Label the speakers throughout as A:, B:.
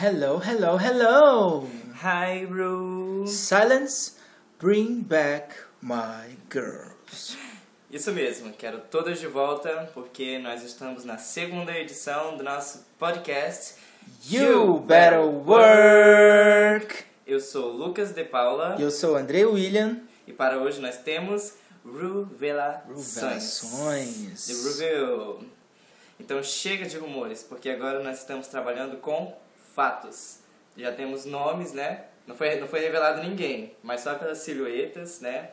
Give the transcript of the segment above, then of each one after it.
A: Hello, hello, hello!
B: Hi, bro.
A: Silence, bring back my girls.
B: Isso mesmo, quero todas de volta porque nós estamos na segunda edição do nosso podcast
A: You better work!
B: Eu sou o Lucas de Paula
A: Eu sou o André William.
B: e para hoje nós temos revelações.
A: Revelações.
B: The Reveal. Então chega de rumores, porque agora nós estamos trabalhando com fatos. Já temos nomes, né? Não foi, não foi revelado ninguém, mas só pelas silhuetas, né?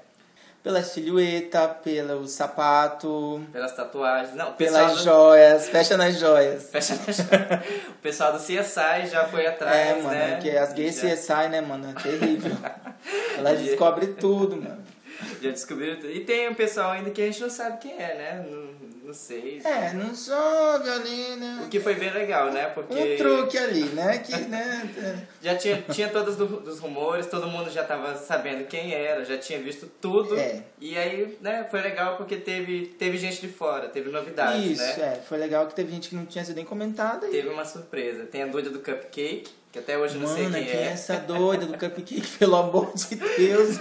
A: Pela silhueta, pelo sapato,
B: Pelas tatuagens. Não, o pessoal
A: pelas
B: do-
A: joias, fecha nas joias.
B: Fecha na chave. O pessoal do CSI já foi atrás,
A: é, mano,
B: né?
A: porque as gays
B: já,
A: CSI, né, mano? É terrível. Elas descobrem tudo, mano.
B: já descobriram tudo. E tem um pessoal ainda que a gente não sabe quem é, né? Não, não sei.
A: É, não joga ali, né?
B: O que foi bem legal, né? Porque
A: Um truque ali, né? Que, né?
B: já tinha, tinha todos do- os rumores, todo mundo já tava sabendo quem era, já tinha visto tudo.
A: É.
B: E aí, né, foi legal porque teve, teve gente de fora, teve novidades,
A: Isso,
B: né?
A: é. Foi legal que teve gente que não tinha sido nem comentada. E,
B: Teve uma surpresa. Tem a doida do cupcake, que até hoje eu não sei
A: mano,
B: quem
A: que é
B: é.
A: essa doida do cupcake, pelo amor de Deus.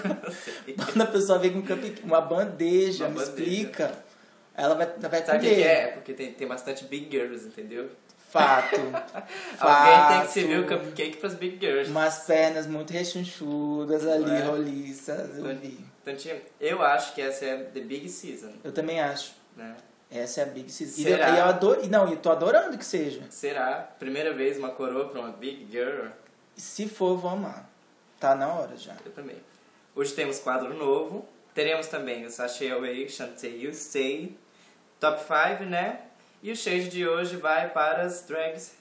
A: Quando a pessoa vem com um cupcake, uma bandeja,
B: Uma
A: me
B: bandeja.
A: explica. Ela vai, vai
B: Sabe
A: comer.
B: o que, que é? Porque tem, tem bastante big girls, entendeu?
A: Fato.
B: Alguém tem que
A: Fato.
B: servir o cupcake pras big girls.
A: Umas pernas muito rechonchudas ali,
B: Não é?
A: roliças. Eu
B: Então-
A: vi.
B: Então, tinha- eu acho que essa é the big season,
A: Eu também acho.
B: né?
A: Essa é a Big Sis. E eu,
B: Será?
A: e eu adoro, e não, eu tô adorando que seja.
B: Será? Primeira vez uma coroa pra uma big girl?
A: Se for, vou amar. Tá na hora já.
B: Eu também. Hoje temos quadro novo. Teremos também o Sashay Away, Chantay You Stay, Top 5, né? E o shade de hoje vai para as drags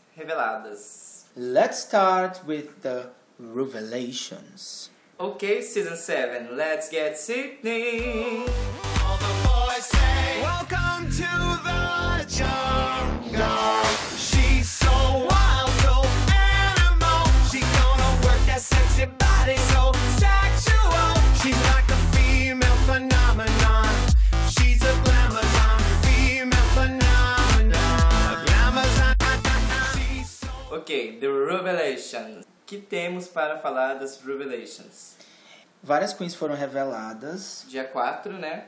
B: reveladas.
A: Let's start with the revelations.
B: Ok, Season 7, let's get Sydney!
C: All the boys say, Welcome to the jungle. She's so wild, so animal. She gonna work that sexy body, so sexual. She's like a female phenomenon. She's a glamazon, female phenomenon. A glamazon. She's so
B: Ok, The Revelations. O que temos para falar das Revelations?
A: Várias queens foram reveladas.
B: Dia 4, né?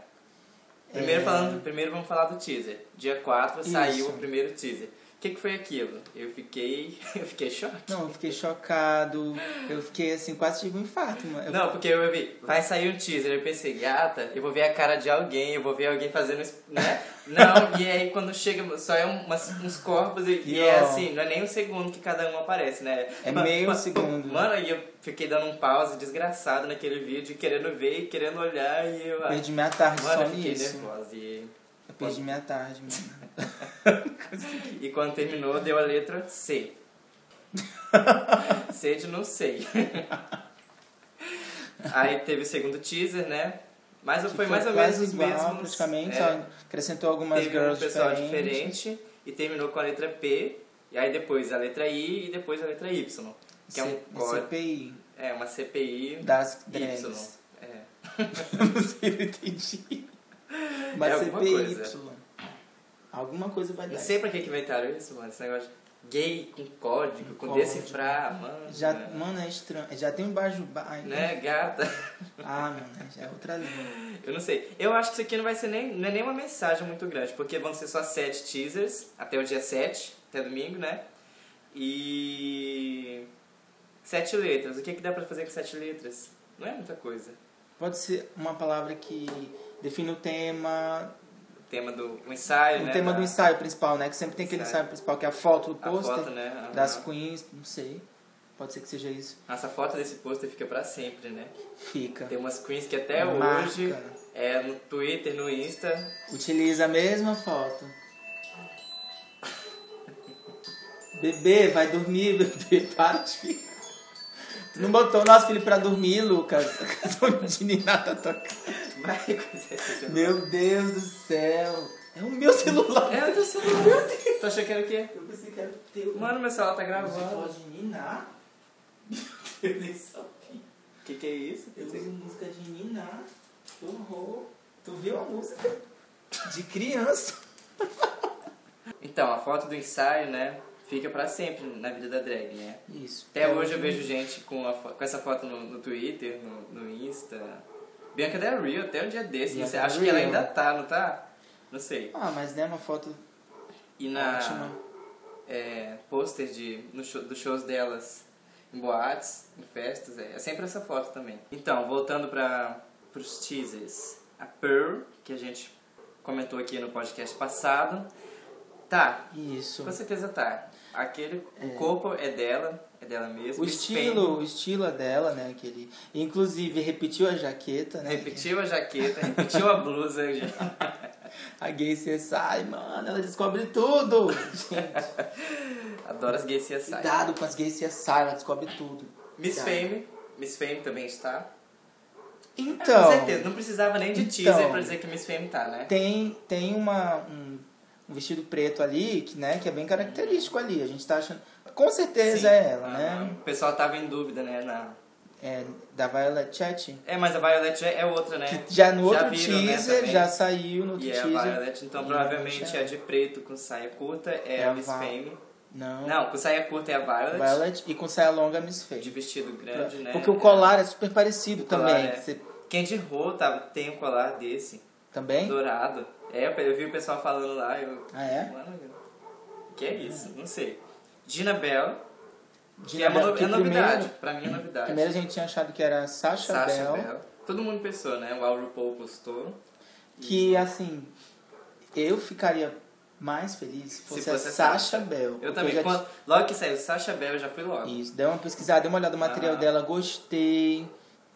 B: Primeiro,
A: É.
B: falando, primeiro vamos falar do teaser. Dia 4 saiu
A: Isso.
B: o primeiro teaser. O que, que foi aquilo? Eu fiquei. Eu fiquei choque.
A: Não, eu fiquei chocado. Eu fiquei assim, quase tive um infarto, mano. Eu-
B: Não, porque eu vi, vai sair um teaser. Eu pensei, gata, eu vou ver a cara de alguém, eu vou ver alguém fazendo isso, né? Não, e aí quando chega, só é umas- uns corpos e, e é
A: Pior.
B: assim, não é nem um segundo que cada um aparece, né?
A: É
B: Ma-
A: meio
B: ma-
A: segundo.
B: Mano, e eu fiquei dando um pause desgraçado naquele vídeo, querendo ver e querendo olhar e eu.
A: Perdi minha tarde
B: Mano, eu
A: só
B: fiquei
A: nisso.
B: nervosa. E,
A: Eu perdi minha tarde, mano.
B: e quando terminou, deu a letra C. C de não sei. Aí teve o segundo teaser, né? Mas foi,
A: Que
B: mais ou
A: Tipo, quase
B: menos os
A: igual,
B: mesmos.
A: praticamente,
B: é,
A: só acrescentou algumas
B: teve um
A: girls
B: pessoal
A: diferentes.
B: diferente. e terminou com a letra P. E aí depois a letra I e depois a letra Y. Que é um
A: C-
B: código.
A: CPI
B: É uma CPI
A: das
B: Y.
A: drags.
B: É.
A: Não sei, eu entendi. Mas
B: É alguma
A: CPI.
B: coisa.
A: Alguma coisa vai dar.
B: Não sei pra que que inventaram isso, mano. Esse negócio de gay com código, com,
A: código.
B: decifrar, mano.
A: Já, mano, é estranho. Já tem um bajubá ainda.
B: Né, gata?
A: Ah, mano, já é outra língua.
B: Eu não sei. Eu acho que isso aqui não vai ser nem, não é nem uma mensagem muito grande, porque vão ser só sete teasers até o dia 7, até domingo, né? E. Sete letras. O que, que dá pra fazer com sete letras? Não é muita coisa.
A: Pode ser uma palavra que define o tema,
B: O tema do o ensaio,
A: o
B: né?
A: tema
B: da-
A: do ensaio principal, né? Que sempre tem aquele
B: Ensaio.
A: ensaio, principal, que é a foto do
B: A foto,
A: pôster
B: né? Aham.
A: das queens, não sei. Pode ser que seja isso.
B: Nossa, a foto desse pôster fica pra sempre, né?
A: Fica.
B: Tem umas queens que até
A: Marca.
B: hoje, é no Twitter, no Insta,
A: Utiliza a mesma foto. Bebê, vai dormir, bebê. Para de ficar. Tu não botou o nosso filho pra dormir, Lucas. Só de nada tá
B: vai com esse
A: Meu Deus do céu. É o meu celular.
B: É, eu tô sendo meu Deus. Tô achando que era o quê?
A: Eu pensei que era o teu.
B: Mano, meu celular tá
A: Você
B: gravando.
A: pode ninar?
B: Eu nem sabia. Que que é isso?
A: Eu uso música de ninar. Que horror. Tu viu a música? De criança.
B: Então, a foto do ensaio, né? fica pra sempre na vida da drag, né?
A: Isso. Então,
B: Até hoje eu vejo gente com, a fo- com essa foto no, no Twitter, no, no Insta. Bianca Del Rio, até um dia desse, não
A: Bianca
B: sei,
A: Del
B: acho que ela
A: Rio.
B: ainda tá, não tá? Não sei.
A: Ah, mas né, uma foto
B: E na
A: ótima.
B: é, pôster de, no show- dos shows delas, em boates, em festas, é, é sempre essa foto também. Então, voltando para os teasers. A Pearl, que a gente comentou aqui no podcast passado, tá,
A: Isso.
B: com certeza tá. Aquele
A: É.
B: corpo é dela, é dela mesma.
A: O
B: Miss
A: estilo, o estilo é dela, né? Que ele, inclusive, repetiu a jaqueta, né?
B: Repetiu a jaqueta, repetiu a blusa, gente.
A: A gay você sai, mano, ela descobre tudo! Gente,
B: Adoro as gays CSI.
A: cuidado com as gays você sai, ela descobre tudo.
B: Miss
A: Cuidado.
B: Fame. Miss Fame também está.
A: Então,
B: É, Com certeza, não precisava nem de teaser
A: Então.
B: pra dizer que Miss Fame tá, né?
A: tem, tem uma, um, um vestido preto ali, que, né, que é bem característico ali. A gente tá achando. Com certeza
B: Sim.
A: é ela,
B: Aham.
A: né?
B: O pessoal tava em dúvida, né? Na...
A: É, da Violet Chat.
B: É, mas a Violet é é outra, né?
A: Já no outro
B: viram, né,
A: teaser,
B: também.
A: já saiu no outro
B: E é a
A: teaser.
B: Violet, então
A: E
B: provavelmente
A: Violet
B: é de preto com saia curta, é,
A: É
B: a
A: a
B: Miss
A: Va-
B: Fame.
A: Não,
B: Não, com saia curta é a Violet,
A: Violet e com saia longa Miss Faye.
B: de vestido grande, né?
A: Porque o colar é super parecido
B: O colar
A: também.
B: é-
A: Você-
B: Candy Ho tá, tem um colar desse,
A: Também?
B: dourado. É, eu vi o pessoal falando lá, eu...
A: Ah, é? Ah.
B: Mano, que é isso? Não sei. Gina Bell, que
A: Gina
B: é, uma
A: Bell,
B: no-
A: que
B: é novidade.
A: primeiro- Hum,
B: Pra mim é novidade.
A: Primeiro a gente tinha achado que era Sasha,
B: Sasha
A: Bell,
B: Bell. Todo mundo pensou, né? O Al RuPaul postou.
A: que assim, eu ficaria mais feliz se fosse, a Sasha Bell. porque
B: Eu também.
A: já
B: Quando- Logo que saiu Sasha Bell, eu já fui logo.
A: tinha- Isso, dei uma pesquisada, dei uma olhada no material
B: Aham.
A: dela, gostei,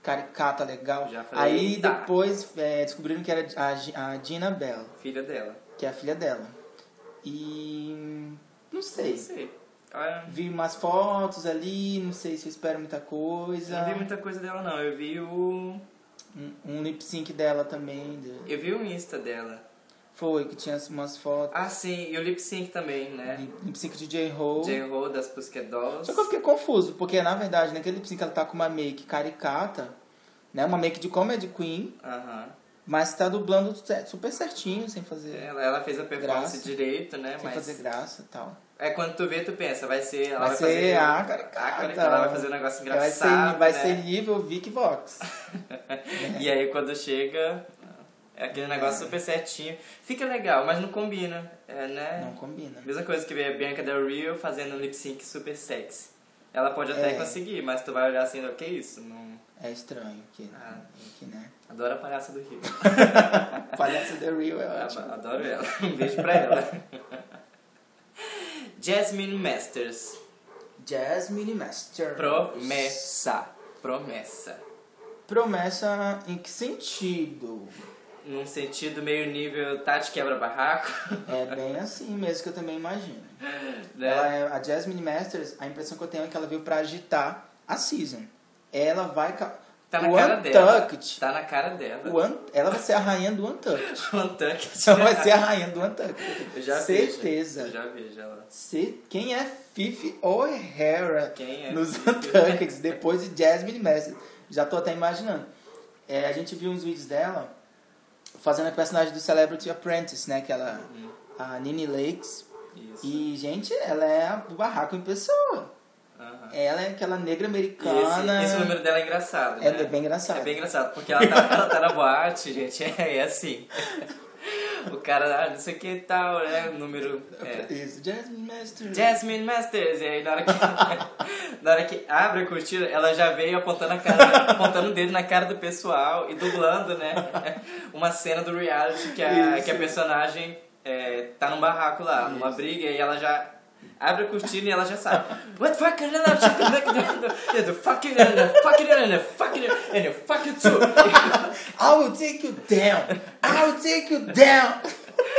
A: caricata legal.
B: Já falei,
A: Aí
B: tá.
A: depois é, descobriram que era a, Gi- a Gina Bell,
B: Filha dela.
A: que é a filha dela. E não sei.
B: Não sei. Ah,
A: Vi umas fotos ali, não sei se eu espero muita
B: eu
A: coisa.
B: não vi muita coisa dela, não. Eu vi o...
A: Um, um lip sync dela também. de-
B: Eu vi o Insta dela.
A: Foi, que tinha umas fotos.
B: Ah, sim. E o Lip Sync também, né?
A: Lip lip sync de J-Ho.
B: J-Ho das Pussycat Dolls.
A: Hum. Só que eu fiquei confuso, porque na verdade naquele lip sync ela tá com uma make caricata, né? Uma make de comedy queen,
B: Aham.
A: mas tá dublando ce- super certinho, sem fazer,
B: Ela, ela fez a performance
A: Graça.
B: direito, né?
A: sem
B: Mas...
A: fazer graça e tal.
B: É quando tu vê, tu pensa, vai ser. Ela
A: Vai
B: vai,
A: ser
B: fazer,
A: a caricata.
B: Ela vai fazer um negócio
A: Vai ser,
B: engraçado.
A: vai
B: né?
A: ser nível Vic Vox.
B: E aí quando chega, é aquele negócio super certinho. Fica legal, mas não combina, é, né?
A: Não combina.
B: Mesma coisa que vê a Bianca Del Rio fazendo um lip sync super sexy. Ela pode
A: É.
B: até conseguir, mas tu vai olhar assim, o que é isso? Não...
A: É estranho que,
B: Ah.
A: que né?
B: Adoro a palhaça do Rio.
A: Palhaço The Real é ótimo.
B: Ad- Adoro ela. Um beijo pra ela. Jasmine Masters.
A: Jasmine Master.
B: Promessa. Promessa.
A: Promessa em que sentido?
B: Num sentido meio nível Tati quebra-barraco.
A: É bem assim mesmo que eu também imagino.
B: né?
A: Ela é- a Jasmine Masters, a impressão que eu tenho é que ela veio pra agitar a season. Ela vai. ca-
B: Tá na
A: o
B: cara dela.
A: Untucked,
B: Tá na cara dela.
A: o un- ela vai ser a rainha do Untucked.
B: Untucked.
A: Ela vai ser a rainha do Untucked.
B: Eu já
A: Certeza.
B: Vejo, eu já vejo ela.
A: Se- quem é Fifi O'Hara
B: Quem é
A: nos
B: Fifi?
A: Untuckeds depois de Jasmine Masters? Já tô até imaginando. É, a gente viu uns vídeos dela fazendo a personagem do Celebrity Apprentice, né? Que ela,
B: Hum,
A: a Nini Lakes.
B: Isso.
A: E, gente, ela é a do barraco em pessoa.
B: Aham.
A: Ela é aquela negra
B: E esse,
A: americana.
B: esse número dela é engraçado,
A: é
B: né?
A: bem engraçado.
B: É bem engraçado, porque ela tá, ela tá na boate, gente, é, é assim. O cara, ah, não sei o que e tal, né? O número. É.
A: Isso, Jasmine Masters.
B: Jasmine Masters, e aí na hora que, na hora que abre a curtida, ela já veio apontando, a cara, apontando o dedo na cara do pessoal e dublando, né? Uma cena do reality que a,
A: Isso.
B: que a personagem é, tá num barraco lá, numa briga, e ela já abre a cortina e ela já sabe. What fuck is that? Shit, the fuck is that? Fuck it, and the fuck it, and the fuck it, and the fuck it too.
A: I will take you down! I will take you down!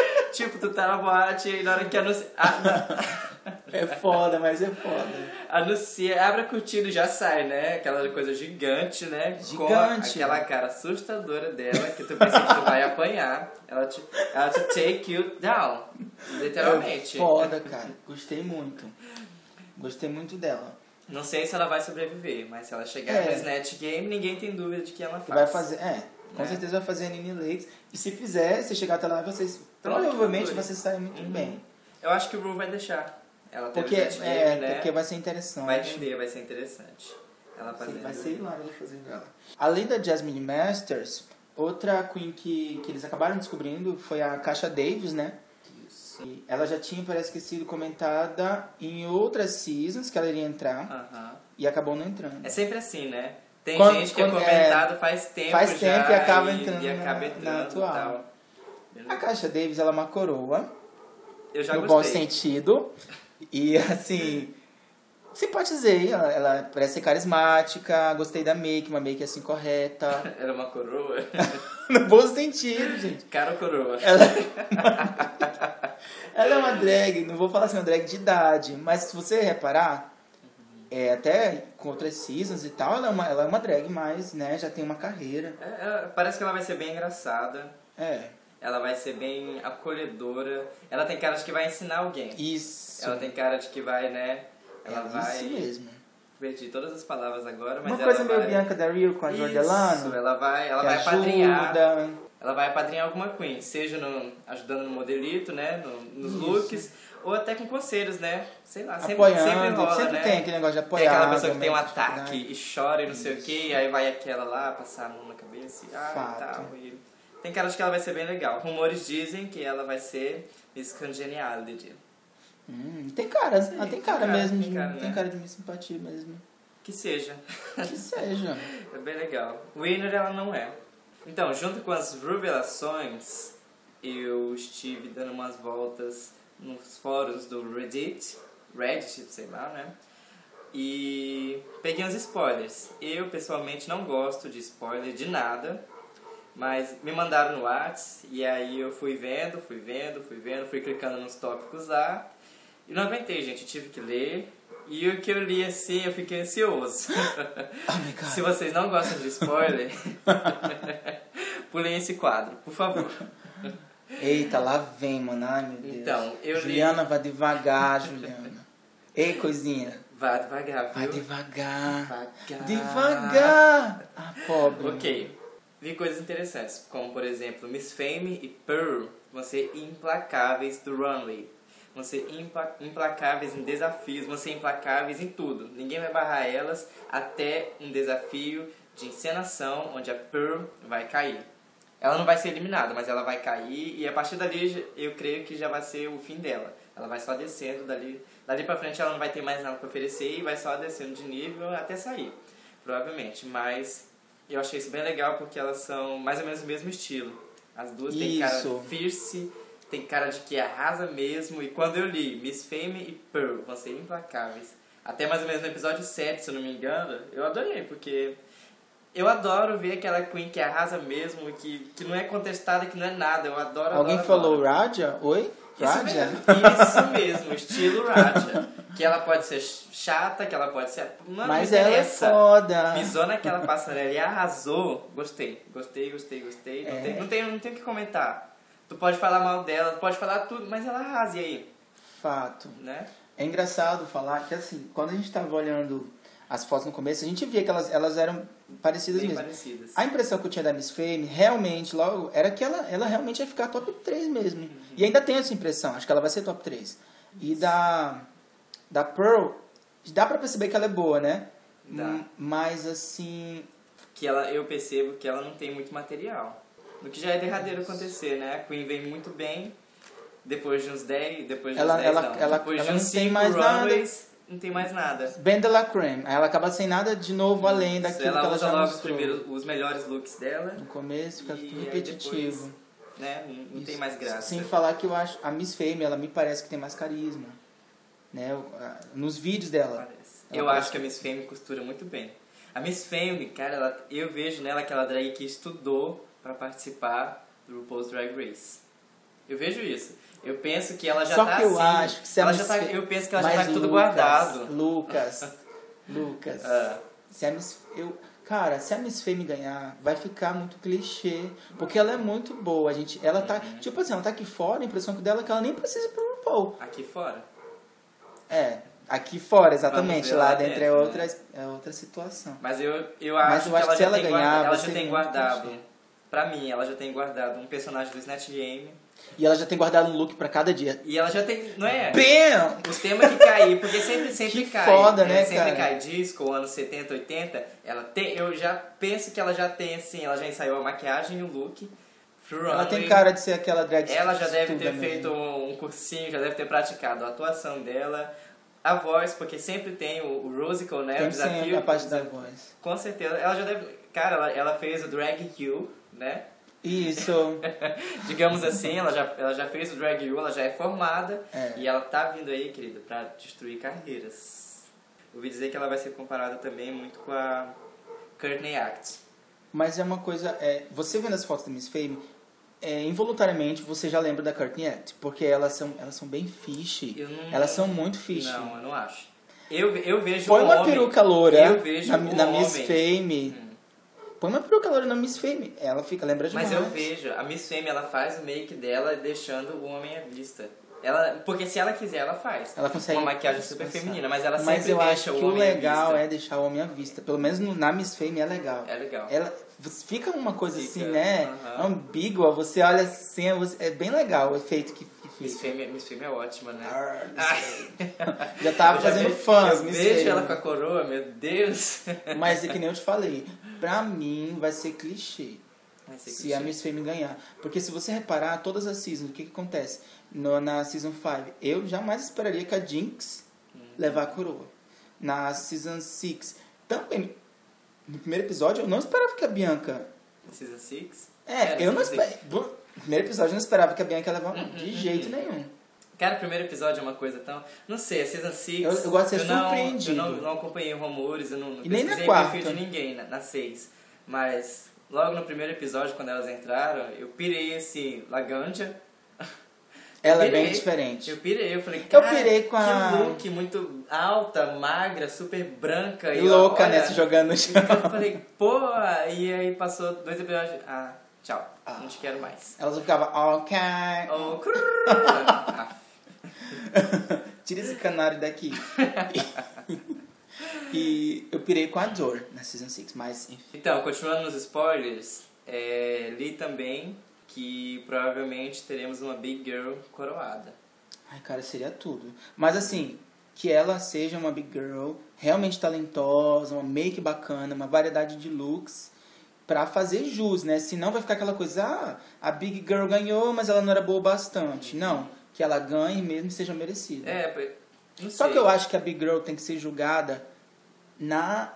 B: tipo, tu tá na boate e na hora que anuncia. ah, a-
A: É foda, mas é foda.
B: Anuncia, abre a cortina e já sai, né? Aquela coisa gigante, né? Com a-
A: Gigante.
B: aquela cara assustadora dela, que tu pensa que tu vai apanhar. Ela te, ela te take you down. Literalmente.
A: É foda, cara. Gostei muito. Gostei muito dela.
B: Não sei se ela vai sobreviver, mas se ela chegar
A: É.
B: no Snatch Game, ninguém tem dúvida de que ela
A: Que
B: faz.
A: vai fazer. É, com
B: É.
A: certeza vai fazer a Nini Lakes. E se fizer, se chegar até lá, vocês. Provavelmente vocês saem muito bem.
B: Eu acho Uhum. que o Ru vai deixar. Ela teve
A: Porque,
B: o Zé
A: é,
B: Diego, né?
A: porque vai ser interessante.
B: Vai entender, vai ser interessante. Ela fazendo.
A: Vai ser hilário ela fazendo ela. Além da Jasmine Masters, outra queen que, que eles acabaram descobrindo foi a Caixa Davis, né?
B: isso.
A: E ela já tinha, parece que, sido comentada em outras seasons que ela iria entrar
B: Aham.
A: e acabou não entrando.
B: É sempre assim, né? Tem
A: Quando-
B: gente que
A: quando-
B: é comentado faz tempo
A: faz
B: já
A: tempo e acaba entrando
B: e acaba
A: na-
B: entrando
A: na
B: e
A: atual.
B: tal.
A: A Caixa Davis, ela é uma coroa,
B: Eu já
A: no bom
B: gostei.
A: sentido. E, assim, simpatizei. Ela, ela parece ser carismática, gostei da make, uma make, assim, correta.
B: Era uma coroa?
A: no bom sentido, gente.
B: Cara ou coroa?
A: Ela, ela é uma drag, não vou falar assim, uma drag de idade, mas se você reparar, é, até com outras seasons e tal, ela é uma, ela é uma drag, mas né, já tem uma carreira.
B: É, ela- parece que ela vai ser bem engraçada.
A: É,
B: Ela vai ser bem acolhedora. Ela tem cara de que vai ensinar alguém.
A: isso.
B: Ela tem cara de que vai, né? Ela
A: é
B: vai.
A: Isso mesmo.
B: Perdi todas as palavras agora, mas
A: uma
B: ela
A: coisa
B: vai.
A: meio Bianca da Rio com a
B: Isso,
A: Jordelano,
B: ela vai, ela
A: que
B: vai apadrinhar.
A: ajuda.
B: Ela vai apadrinhar alguma queen, seja no- ajudando no modelito, né? no- nos looks, ou até com conselhos, né? Sei lá, sempre,
A: apoiando,
B: sempre
A: sempre,
B: rola, né?
A: tem aquele negócio de apoiar.
B: Tem aquela pessoa que tem um
A: realmente,
B: ataque
A: né?
B: e chora e não sei o que, e aí vai aquela lá passar a mão na cabeça e ah,
A: Fato.
B: e tal. E... Tem cara de que ela vai ser bem legal. Rumores dizem que ela vai ser Miss Congeniality.
A: Hum, tem cara, ela tem
B: tem
A: cara
B: cara,
A: mesmo,
B: tem
A: de-
B: cara,
A: tem
B: né?
A: cara de minha simpatia mesmo.
B: Que seja.
A: Que seja.
B: É bem legal. Winner ela não é. Então, junto com as revelações, eu estive dando umas voltas nos fóruns do Reddit, Reddit, sei lá, né? E peguei uns spoilers. Eu pessoalmente não gosto de spoiler de nada, mas me mandaram no Whats e aí eu fui vendo, fui vendo, fui vendo, fui clicando nos tópicos lá. E não aguentei, gente, eu tive que ler. E o que eu li assim, eu fiquei ansioso.
A: Oh my God.
B: Se vocês não gostam de spoiler, pulem esse quadro, por favor.
A: Eita, lá vem, mano. Ai, meu Deus.
B: Então, eu li-
A: Juliana, vai devagar, Juliana. Ei, coisinha.
B: Vá devagar,
A: Vai
B: viu?
A: devagar.
B: Devagar.
A: Devagar. Ah, pobre.
B: Ok. Vi coisas interessantes, como por exemplo, Miss Fame e Pearl vão ser implacáveis do runway. Vão ser impla- implacáveis em desafios, vão ser implacáveis em tudo. Ninguém vai barrar elas até um desafio de encenação onde a Pearl vai cair. Ela não vai ser eliminada, mas ela vai cair e a partir dali j- eu creio que já vai ser o fim dela. Ela vai só descendo dali, dali pra frente ela não vai ter mais nada pra oferecer e vai só descendo de nível até sair, provavelmente. Mas eu achei isso bem legal porque elas são mais ou menos o mesmo estilo. As duas têm cara
A: Isso.
B: fierce, tem cara de que arrasa mesmo. E quando eu li Miss Fame e Pearl vão ser implacáveis, até mais ou menos no episódio 7, se eu não me engano, eu adorei porque eu adoro ver aquela Queen que arrasa mesmo, que, que não é contestada, que não é nada. Eu adoro
A: Alguém
B: adoro,
A: falou
B: adoro.
A: Raja? Oi?
B: Isso
A: Raja?
B: mesmo, isso mesmo, estilo Raja. Que ela pode ser ch- chata, que ela pode ser. Mano,
A: Mas
B: não
A: ela é
B: interessa.
A: foda.
B: Pisou naquela passarela e arrasou. Gostei, gostei, gostei, gostei. Não,
A: É.
B: tem, não, tem, não tem o que comentar. Tu pode falar mal dela, tu pode falar tudo, mas ela arrasa, e aí?
A: Fato.
B: Né?
A: É engraçado falar que, assim, quando a gente tava olhando as fotos no começo, a gente via que elas, elas eram parecidas
B: Bem
A: mesmo.
B: parecidas.
A: A impressão que eu tinha da Miss Fame, realmente, logo, era que ela, ela realmente ia ficar top 3 mesmo.
B: Uhum.
A: E ainda tenho essa impressão, acho que ela vai ser top 3. E da, da Pearl, dá pra perceber que ela é boa, né?
B: Dá.
A: M- Mas, assim,
B: que ela, eu percebo que ela não tem muito material. O que já é derradeiro acontecer, né? A Queen vem muito bem, depois de uns 10, depois de
A: Ela-
B: uns 10
A: ela-
B: não.
A: ela-
B: depois de
A: ela
B: uns
A: não tem
B: 5
A: mais nada.
B: runways, não tem mais nada.
A: Ben de la Creme, aí ela acaba sem nada de novo além daquilo
B: ela
A: que ela
B: usa
A: já
B: logo os,
A: mostrou.
B: primeiros, os melhores looks dela,
A: No começo fica
B: E
A: tudo
B: aí
A: repetitivo.
B: depois, né? Não, não tem mais graça. assim,
A: Sem falar que eu acho, a Miss Fame, ela me parece que tem mais carisma. Né? Eu- a- Nos vídeos dela.
B: Parece.
A: Ela
B: Eu
A: parece
B: acho que a Miss Fame costura muito bem. A Miss Fame, cara, ela- eu vejo nela aquela drag que estudou pra participar do RuPaul's Drag Race. Eu vejo isso. Eu penso que ela já
A: Só
B: tá
A: que eu
B: assim,
A: acho que se a
B: ela
A: Miss
B: já tá,
A: Fame-
B: eu penso que ela já
A: é Mas
B: tá com tudo
A: Lucas,
B: guardado.
A: Lucas, Lucas.
B: Ah.
A: Se a Miss, eu, cara, se a Miss Fame ganhar, vai ficar muito clichê. Porque ela é muito boa. A gente, ela tá.
B: Uhum.
A: Tipo assim, ela tá aqui fora, a impressão dela é que ela nem precisa ir pro RuPaul.
B: Aqui fora.
A: É, aqui fora, exatamente.
B: ver
A: Lá
B: lá
A: dentro é
B: dentro, né?
A: outra, é outra situação.
B: Mas eu, eu
A: Mas
B: acho
A: eu acho que se
B: que ela já
A: ela
B: tem,
A: ganhar,
B: guarda-
A: vai
B: ela já
A: ser
B: tem
A: muito
B: guardado.
A: clichê.
B: Pra mim, ela já tem guardado um personagem do Snatch Game
A: E ela já tem guardado um look pra cada dia.
B: E ela já tem. Não é?
A: Bam!
B: Os temas que caem, porque sempre, sempre
A: Que
B: cai.
A: foda, né,
B: Sempre
A: cara?
B: cai disco, anos 70, 80. Ela tem, eu já penso que ela já tem, assim, ela já ensaiou a maquiagem e o look. pro
A: Ela tem
B: runway.
A: cara de ser aquela drag
B: Ela já deve
A: estuda
B: ter
A: mesmo.
B: feito um cursinho, já deve ter praticado a atuação dela, a voz, porque sempre tem o, o Rosicle, né? o
A: Tem sempre
B: desafio.
A: a parte da voz.
B: Com certeza. Ela já deve. Cara, ela, ela fez o Drag You, né?
A: Isso.
B: Digamos assim, ela já, ela já fez o Drag You, ela já é formada.
A: É.
B: E ela tá vindo aí, querido, pra destruir carreiras. Ouvi dizer que ela vai ser comparada também muito com a Courtney Act.
A: Mas é uma coisa. É, você vendo as fotos da Miss Fame, é, involuntariamente você já lembra da Courtney Act, porque elas são, elas são bem fish.
B: Eu não-
A: Elas são muito fish.
B: Não, eu não acho. Eu, eu vejo
A: Põe
B: um
A: uma
B: homem-
A: peruca loura
B: Eu vejo
A: na,
B: um
A: na Miss
B: homem. Hum.
A: Fame. Põe uma peruca loura na Miss Fame. Ela fica, lembra de
B: Mas eu vejo, a Miss Fame ela faz o make dela deixando o homem à vista. Ela, porque se ela quiser, ela faz.
A: Ela consegue
B: Uma maquiagem super
A: disfarçar.
B: feminina, mas ela
A: Mas
B: sempre
A: eu
B: deixa
A: acho
B: o
A: que o
B: homem
A: legal
B: à
A: é
B: vista.
A: deixar o homem à vista. Pelo menos no- na Miss Fame é legal.
B: É legal.
A: Ela fica uma coisa
B: Fica,
A: assim, né?
B: aham.
A: Ambígua. Você olha assim, você- é bem legal o efeito que que
B: Miss
A: fica.
B: Fame, Miss Fame é ótima, né?
A: Arr, Miss Já tava
B: Ai. Eu já
A: tá fazendo
B: vejo-
A: fãs,
B: Eu
A: Miss
B: vejo
A: Fame.
B: ela com a coroa, meu Deus.
A: Mas é que nem eu te falei. Pra mim vai ser clichê.
B: Vai ser
A: se
B: clichê.
A: a Miss Fame ganhar. Porque se você reparar, todas as seasons, o que, que acontece? No- na Season 5, eu jamais esperaria que a Jinx levar a coroa. Na Season 6, também. No primeiro episódio, eu não esperava que a Bianca.
B: Season 6?
A: É, eu não esperava. No primeiro episódio, eu não esperava que a Bianca ia levar,
B: Uhum,
A: não, de jeito nenhum.
B: Cara, o primeiro episódio é uma coisa tão. Não sei, a Season 6.
A: Eu- eu gosto de ser
B: não-
A: surpreendido.
B: Eu não, não acompanhei rumores, eu não, não
A: E nem na
B: pesquisei
A: quarta.
B: perfil de ninguém na, na 6. Mas logo no primeiro episódio, quando elas entraram, eu pirei assim, Laganja.
A: Ela é
B: pirei.
A: bem diferente.
B: Eu pirei, eu falei, cara,
A: pirei com a-
B: que look muito alta, magra, super branca. E
A: Louca,
B: olha,
A: né? Se jogando no chão.
B: Eu falei, pô, e aí passou dois episódios. Ah, tchau, não te quero mais.
A: Ela só ficava, ok.
B: Oh, crrr. Ah,
A: Tira esse canário daqui. e eu pirei com a dor na Season 6, mas enfim.
B: Então, continuando nos spoilers, é, li também que provavelmente teremos uma Big Girl coroada.
A: Ai, cara, seria tudo. Mas assim, que ela seja uma big girl, realmente talentosa, uma make bacana, uma variedade de looks, pra fazer jus, né? Senão vai ficar aquela coisa, ah, a big girl ganhou, mas ela não era boa o bastante. Não, que ela ganhe mesmo e seja merecida.
B: É, p- não sei.
A: Só que eu acho que a big girl tem que ser julgada na,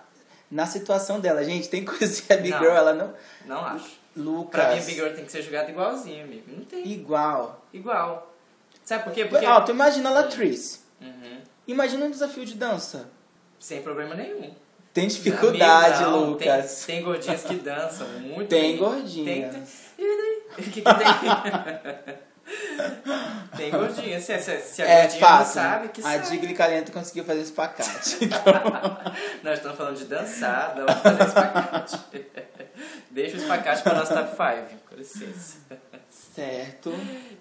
A: na situação dela. Gente, tem coisa que a big
B: Não.
A: girl, ela não...
B: Não acho.
A: Lucas,
B: Pra mim, Big Girl tem que ser jogada igualzinho, amigo. Não tem.
A: igual.
B: Igual. Sabe por quê? É Porque...
A: é, Ó, tu imagina a Latrice.
B: Uhum.
A: Imagina um desafio de dança.
B: Sem problema nenhum.
A: Tem dificuldade,
B: Amigo, não, tem-
A: Lucas.
B: Tem, gordinhas que dançam muito
A: Tem
B: bem.
A: gordinhas.
B: Tem, tem... E daí? O que, que tem? tem gordinhas. Se, se, se a
A: É
B: gordinha não
A: fácil.
B: sabe, que
A: a
B: sabe.
A: Digli Calento conseguiu fazer esse pacote.
B: Nós estamos falando de dançar, não de fazer espacate. Deixa o espacate para nosso top 5, com licença.
A: certo.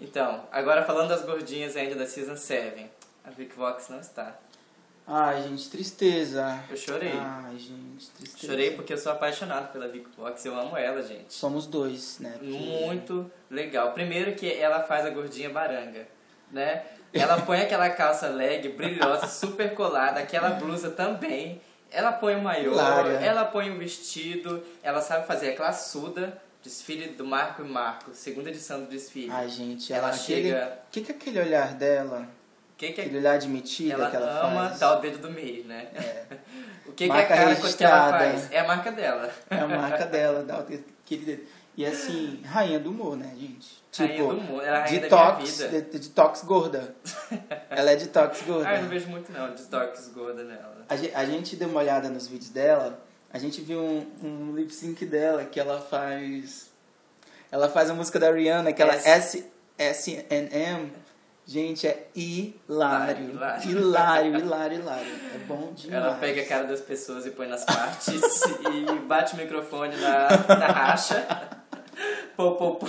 B: Então, agora falando das gordinhas ainda da Season 7. A Vic Vox não está.
A: Ai, gente, tristeza.
B: Eu chorei.
A: Ai, gente, Ah, tristeza.
B: Chorei porque eu sou apaixonado pela Vic Vox, eu amo ela, gente.
A: Somos dois, né? que-
B: Muito legal. Primeiro que ela faz a gordinha baranga, né? Ela põe aquela calça leg brilhosa, super colada, aquela blusa também. Ela põe o maiô,
A: Lara.
B: ela põe o vestido, ela sabe fazer a classuda, desfile do Marco e Marco, segunda edição do desfile.
A: Ai, gente,
B: Ela
A: ela, aquele...
B: chega-
A: O que que é aquele olhar dela?
B: que que
A: Aquele
B: é...
A: olhar de metida
B: Ela,
A: que ela
B: ama
A: faz? É,
B: dar o dedo do meio, né? o que, que a
A: Marca
B: cara que ela
A: registrada.
B: faz? É a marca dela.
A: É a marca dela, dá o dedo- aquele dedo. E assim, rainha do humor, né, gente?
B: Rainha do humor, ela é a rainha da
A: detox,
B: minha vida.
A: de- detox gorda. ela é detox gorda.
B: Ah, eu não vejo muito não, de toques gorda nela.
A: A ge- a gente deu uma olhada nos vídeos dela, a gente viu um, um lip sync dela que ela faz. Ela faz a música da Rihanna, aquela S- SNM. Gente, é hilário.
B: Hilário.
A: Hilário, hilário, hilário. É bom demais.
B: Ela pega a cara das pessoas e põe nas partes e bate o microfone na, na racha. Pô, pô, pô.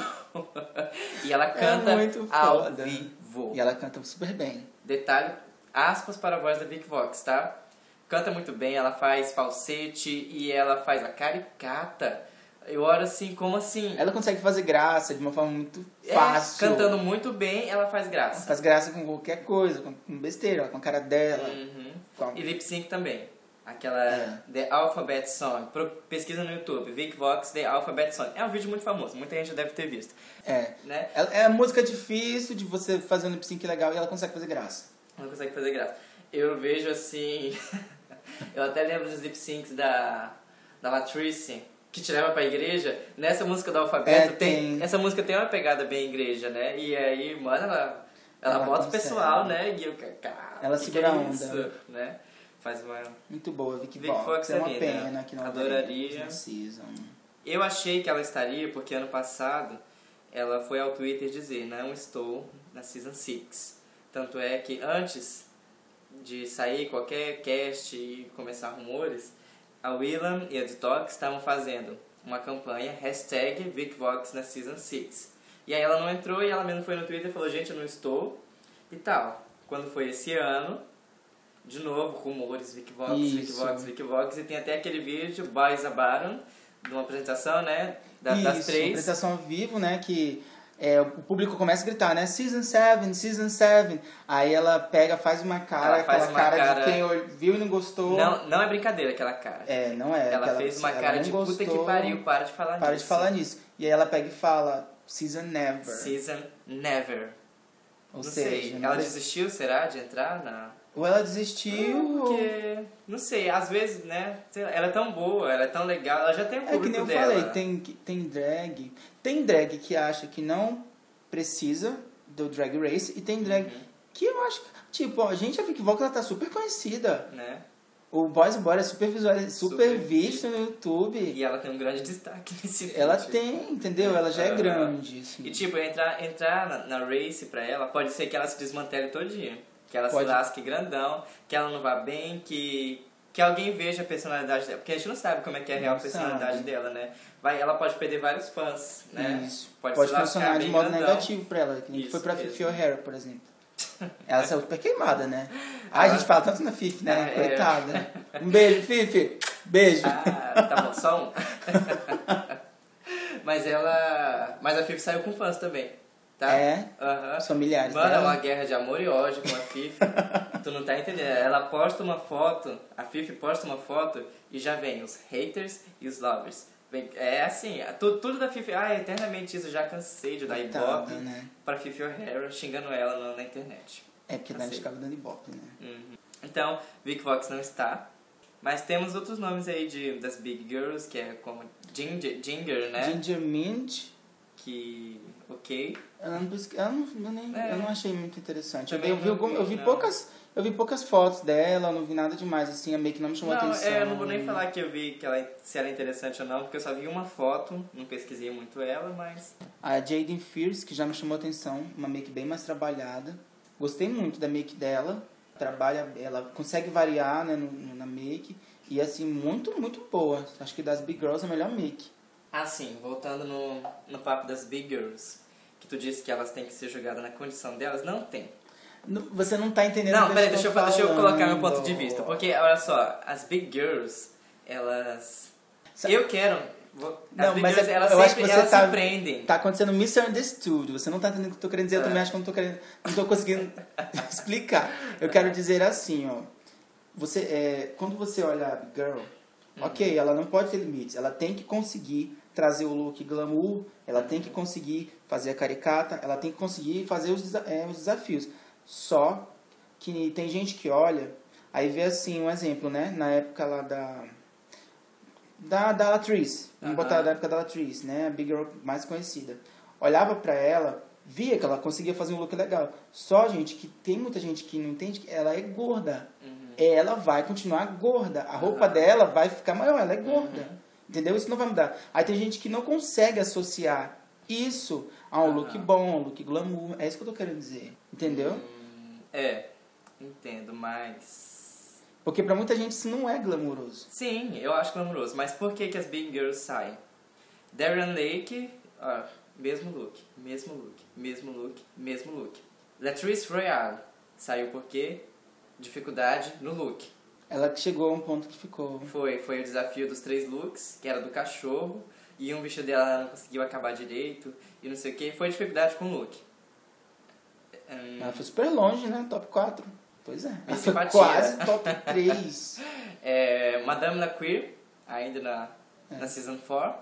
B: E ela canta
A: É muito
B: ao
A: foda.
B: vivo.
A: E ela canta super bem.
B: Detalhe, aspas para a voz da Vic Vox, tá? Canta muito bem, ela faz falsete e ela faz a caricata. Eu olho assim, como assim?
A: Ela consegue fazer graça de uma forma muito
B: É,
A: fácil.
B: cantando muito bem, ela faz
A: Ela
B: graça.
A: faz graça com qualquer coisa, com com besteira, com a cara dela.
B: Uhum.
A: Com a-
B: E lip sync também. Aquela
A: É.
B: The Alphabet Song. Pro- pesquisa no YouTube, Vic Vox The Alphabet Song. É um vídeo muito famoso, muita gente já deve ter visto,
A: É.
B: né?
A: Ela- É música difícil de você fazer um lip sync legal e ela consegue fazer graça.
B: Não consegue fazer graça. Eu vejo assim. eu até lembro dos lip syncs da, da Latrice, que te leva pra igreja. Nessa música do alfabeto,
A: É,
B: tem,
A: tem.
B: Essa música tem uma pegada bem igreja, né? E aí, mano, ela, ela,
A: Ela
B: bota o
A: consegue.
B: pessoal, né? E eu, cara,
A: Ela
B: que
A: segura
B: que
A: a
B: é
A: onda.
B: Isso, né? Faz uma.
A: Muito boa, Vicky
B: Vic
A: Vox.
B: Fox
A: é uma
B: ali, né?
A: pena que não
B: Adoraria.
A: não season.
B: Eu achei que ela estaria, porque ano passado ela foi ao Twitter dizer: Não estou na Season 6. Tanto é que antes de sair qualquer cast e começar rumores, a Willam e a Detox estavam fazendo uma campanha hashtag VicVox na Season 6. E aí ela não entrou e ela mesmo foi no Twitter e falou: Gente, eu não estou e tal. Quando foi esse ano. De novo, rumores, VicVox,
A: Isso.
B: VicVox, VicVox, e tem até aquele vídeo, Boys Abaron, de uma apresentação, né? Da- das
A: Isso,
B: três.
A: apresentação ao vivo, né? Que é, o público começa a gritar, né? Season 7, Season 7. Aí ela pega, faz uma cara,
B: Ela faz
A: aquela
B: uma
A: cara,
B: cara-
A: de quem ol- viu e não gostou.
B: Não, não é brincadeira aquela cara.
A: É, não é.
B: ela
A: aquela-
B: fez uma
A: ela
B: cara
A: não
B: de puta
A: gostou,
B: que pariu, para de falar
A: Para de
B: nisso.
A: falar nisso. E aí ela pega e fala, Season Never.
B: Season never.
A: Ou
B: não
A: seja,
B: sei.
A: não
B: Ela
A: deixa-
B: desistiu, será, de entrar na.
A: ou ela desistiu, ou-
B: Porque. Não sei, às vezes, né? sei lá, Ela é tão boa, ela é tão legal, ela já tem o
A: É que
B: público
A: nem eu
B: dela.
A: falei, tem, tem drag. Tem drag que acha que não precisa do drag race e tem drag
B: Uhum.
A: que eu acho que. Tipo, ó, gente, a Vic Vox ela tá super conhecida.
B: Né?
A: O Boys Boy é super visual, super,
B: Super
A: visto no YouTube.
B: E ela tem um grande destaque nesse
A: Ela
B: vídeo.
A: tem, entendeu? Ela já é
B: Aham.
A: grande. assim.
B: E tipo, entrar, entrar na, na race pra ela, pode ser que ela se desmantele todinha. Que ela
A: Pode.
B: se lasque grandão, que ela não vá bem, que. Que alguém veja a personalidade dela. Porque a gente não sabe como é que é a real
A: Não
B: personalidade
A: sabe.
B: dela, né? Vai, ela pode perder vários fãs, né?
A: Isso.
B: Pode
A: Pode,
B: se lascar
A: funcionar de
B: bem
A: modo
B: grandão.
A: negativo pra ela. Que nem
B: Isso
A: foi pra
B: mesmo.
A: Fifi O'Hara, por exemplo. Ela saiu super queimada, né? Ai, a gente fala tanto na Fifi, né?
B: É.
A: Coitada. Um beijo, Fifi. Beijo.
B: Ah, tá bom, só um. Mas ela. Mas a Fifi saiu com fãs também. Tá?
A: É?
B: Aham.
A: São milhares
B: Mano, é
A: dela.
B: uma guerra de amor e ódio com a Fifi. tu não tá entendendo. Ela posta uma foto, a Fifi posta uma foto e já vem os haters e os lovers. Vem- É assim, tudo, tudo da Fifi. Ah, eternamente isso, já cansei de dar
A: Coitada,
B: ibope
A: né?
B: pra Fifi O'Hara xingando ela na, na internet.
A: É porque ela
B: Assim.
A: ficava dando ibope, né?
B: Uhum. Então, Vic Vox não está. Mas temos outros nomes aí de, das Big Girls, que é como Ginger, Ginger né?
A: Ginger Mint,
B: Que. Ok.
A: ela não, busca- ela não, eu nem,
B: É.
A: eu não achei muito interessante. Eu vi,
B: Também
A: eu vi,
B: não
A: algum- eu vi
B: vi, né? não.
A: poucas, eu vi poucas fotos dela, eu não vi nada demais, assim, a meio que não me chamou
B: não,
A: atenção.
B: é, eu não vou nem falar que eu vi que ela, se ela é interessante ou não, porque eu só vi uma foto, não pesquisei muito ela, mas.
A: A Jaden Fierce, que já me chamou atenção, uma make bem mais trabalhada. Gostei muito da make dela. Trabalha, ela consegue variar né, no- no- na make. E assim, muito, muito boa. Acho que das Big Girls é a melhor make.
B: Ah, sim, voltando no, no papo das Big Girls, que tu disse que elas têm que ser julgadas na condição delas, não tem.
A: Não- Você não tá entendendo o
B: Não,
A: que
B: peraí,
A: eu
B: deixa eu,
A: estou
B: fa- deixa eu colocar meu ponto
A: falando.
B: de vista. Porque, olha só, as Big Girls, elas.
A: Sa-
B: Eu quero. vou- As
A: Não,
B: Big
A: mas
B: Girls,
A: é-
B: elas
A: eu acho
B: sempre
A: que você
B: elas
A: tá-
B: se prendem.
A: Tá acontecendo misunderstood. Você não tá entendendo o que eu tô querendo dizer, eu
B: É.
A: também acho que eu não tô querendo. Não tô conseguindo explicar. Eu quero dizer assim, ó. Você, é, quando você olha a Big Girl, ok, ela não pode ter limites. Ela tem que conseguir trazer o look glamour, ela tem que conseguir fazer a caricata, ela tem que conseguir fazer os, desa- é, os desafios. Só que tem gente que olha, aí vê assim, um exemplo, né? Na época lá da. Da, da Latriz. Vamos
B: Aham.
A: botar da época da Latriz, né? A Big Girl mais conhecida. Olhava pra ela, via que ela conseguia fazer um look legal. Só, gente, que tem muita gente que não entende que ela é gorda.
B: Uhum.
A: É, Ela vai continuar gorda. A roupa
B: Aham. Uhum.
A: dela vai ficar maior, ela é gorda. Entendeu? Isso não vai mudar. Aí tem gente que não consegue associar isso a um look
B: Aham.
A: bom, a um look glamour. É isso que eu tô querendo dizer. Entendeu?
B: Hum, é, entendo, mas.
A: Porque pra muita gente isso não é glamouroso.
B: Sim, eu acho glamouroso, mas por que, que as Big Girls saem? Darren Lake, ó, mesmo look, mesmo look, mesmo look, mesmo look. Latrice Royale saiu porque dificuldade no look.
A: Ela chegou a um ponto que ficou.
B: Foi, foi o desafio dos três looks, que era do cachorro, e um vestido dela não conseguiu acabar direito, e não sei o que, foi dificuldade com o look. Hum,
A: Ela foi super longe, né? Top 4. Pois é. Ela foi
B: simpatia.
A: quase top 3.
B: é, Madame La Queer, ainda na,
A: É.
B: na Season 4.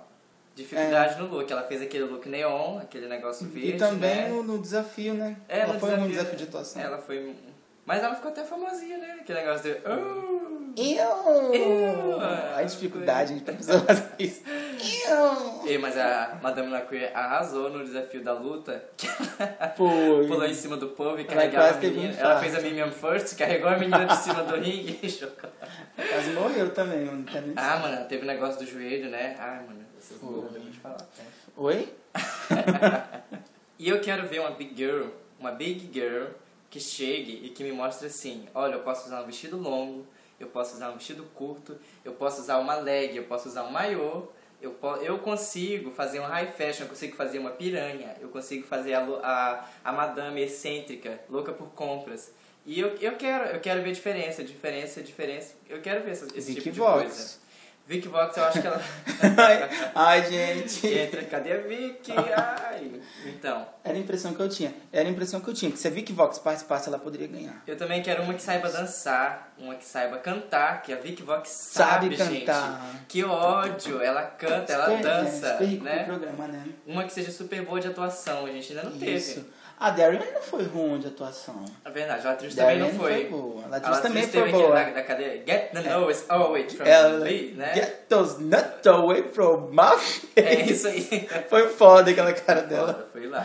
B: Dificuldade no look. Ela fez aquele look neon, aquele negócio verde.
A: e também
B: né?
A: no, no desafio, né?
B: É,
A: Ela
B: no
A: foi
B: desafio,
A: no desafio de atuação.
B: Ela foi. um- Mas ela ficou até famosinha, né? Aquele negócio de. "Oh".
A: Eu!
B: Eu!
A: A dificuldade gente, pra pessoa fazer isso. Eu!
B: Ei, mas a Madame Lacroix arrasou no desafio da luta. Que ela
A: Foi.
B: pulou em cima do povo e
A: Ela
B: carregava a
A: quase teve um
B: menina. Ela
A: infarto.
B: fez a Mimiam First, carregou a menina de cima do ringue e jogou.
A: Quase morreu também, mano. Tá nem-
B: Ah, mano, ela teve o negócio do joelho, né? Ai, mano, vocês burros, eu vou te falar.
A: Oi?
B: E eu quero ver uma big girl, uma big girl que chegue e que me mostre assim, olha, eu posso usar um vestido longo, eu posso usar um vestido curto, eu posso usar uma leg, eu posso usar um maiô, eu, po- eu consigo fazer um high fashion, eu consigo fazer uma piranha, eu consigo fazer a, lo- a, a madame excêntrica, louca por compras. E eu, eu quero, eu quero ver diferença, diferença, diferença. Eu quero ver essa, esse
A: Vicky
B: tipo de
A: Vox.
B: coisa. Vicky Vox, eu acho que ela
A: Ai, gente.
B: entra, cadê a Vicky? Ai. Então,
A: Era a impressão que eu tinha. Era a impressão que eu tinha. Que se a Vicky Vox participasse, ela poderia ganhar.
B: Eu também quero uma que saiba dançar, uma que saiba cantar, que a Vicky Vox sabe,
A: Sabe
B: gente.
A: cantar.
B: Que ódio! Ela canta, ela
A: Super- É,
B: dança,
A: super rico pro
B: né?
A: programa, né?
B: Uma que seja super boa de atuação, a gente ainda não
A: Isso.
B: teve.
A: A Darian não foi ruim de atuação.
B: É verdade, a atriz
A: Darian
B: também não foi.
A: boa. A
B: A
A: atriz também
B: teve
A: foi
B: aquele
A: boa. É.
B: Da, da cadeia. Get the nose away from
A: Ela,
B: me, né?
A: Get those nuts away from my face.
B: É isso aí.
A: Foi foda aquela cara dela.
B: Foda, foi lá.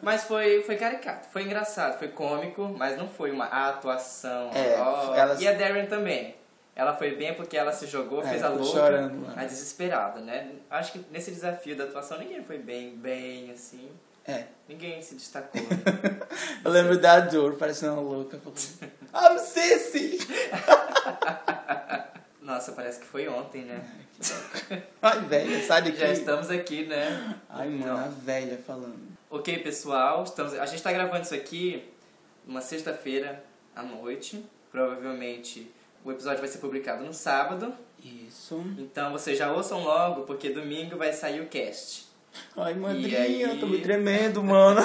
B: Mas foi, foi caricato, foi engraçado, foi cômico, mas não foi uma atuação.
A: É,
B: ó.
A: ela-
B: E a Darren também. Ela foi bem porque ela se jogou,
A: É,
B: fez a
A: ficou
B: louca,
A: chorando lá.
B: a desesperada, né? Acho que nesse desafio da atuação ninguém foi bem, bem assim.
A: É.
B: Ninguém se destacou. né?
A: Eu lembro da dor parecendo uma louca. falando, I'm Sissy!
B: Nossa, parece que foi ontem, né?
A: Ai, velha, sabe É que...
B: Já estamos aqui, né?
A: Ai, mano, a velha falando.
B: Ok, pessoal, estamos... a gente está gravando isso aqui numa sexta-feira à noite. Provavelmente o episódio vai ser publicado no sábado.
A: Isso.
B: Então vocês já ouçam logo, porque domingo vai sair o cast.
A: Ai,
B: E
A: madrinha,
B: aí?
A: eu tô me tremendo, mano.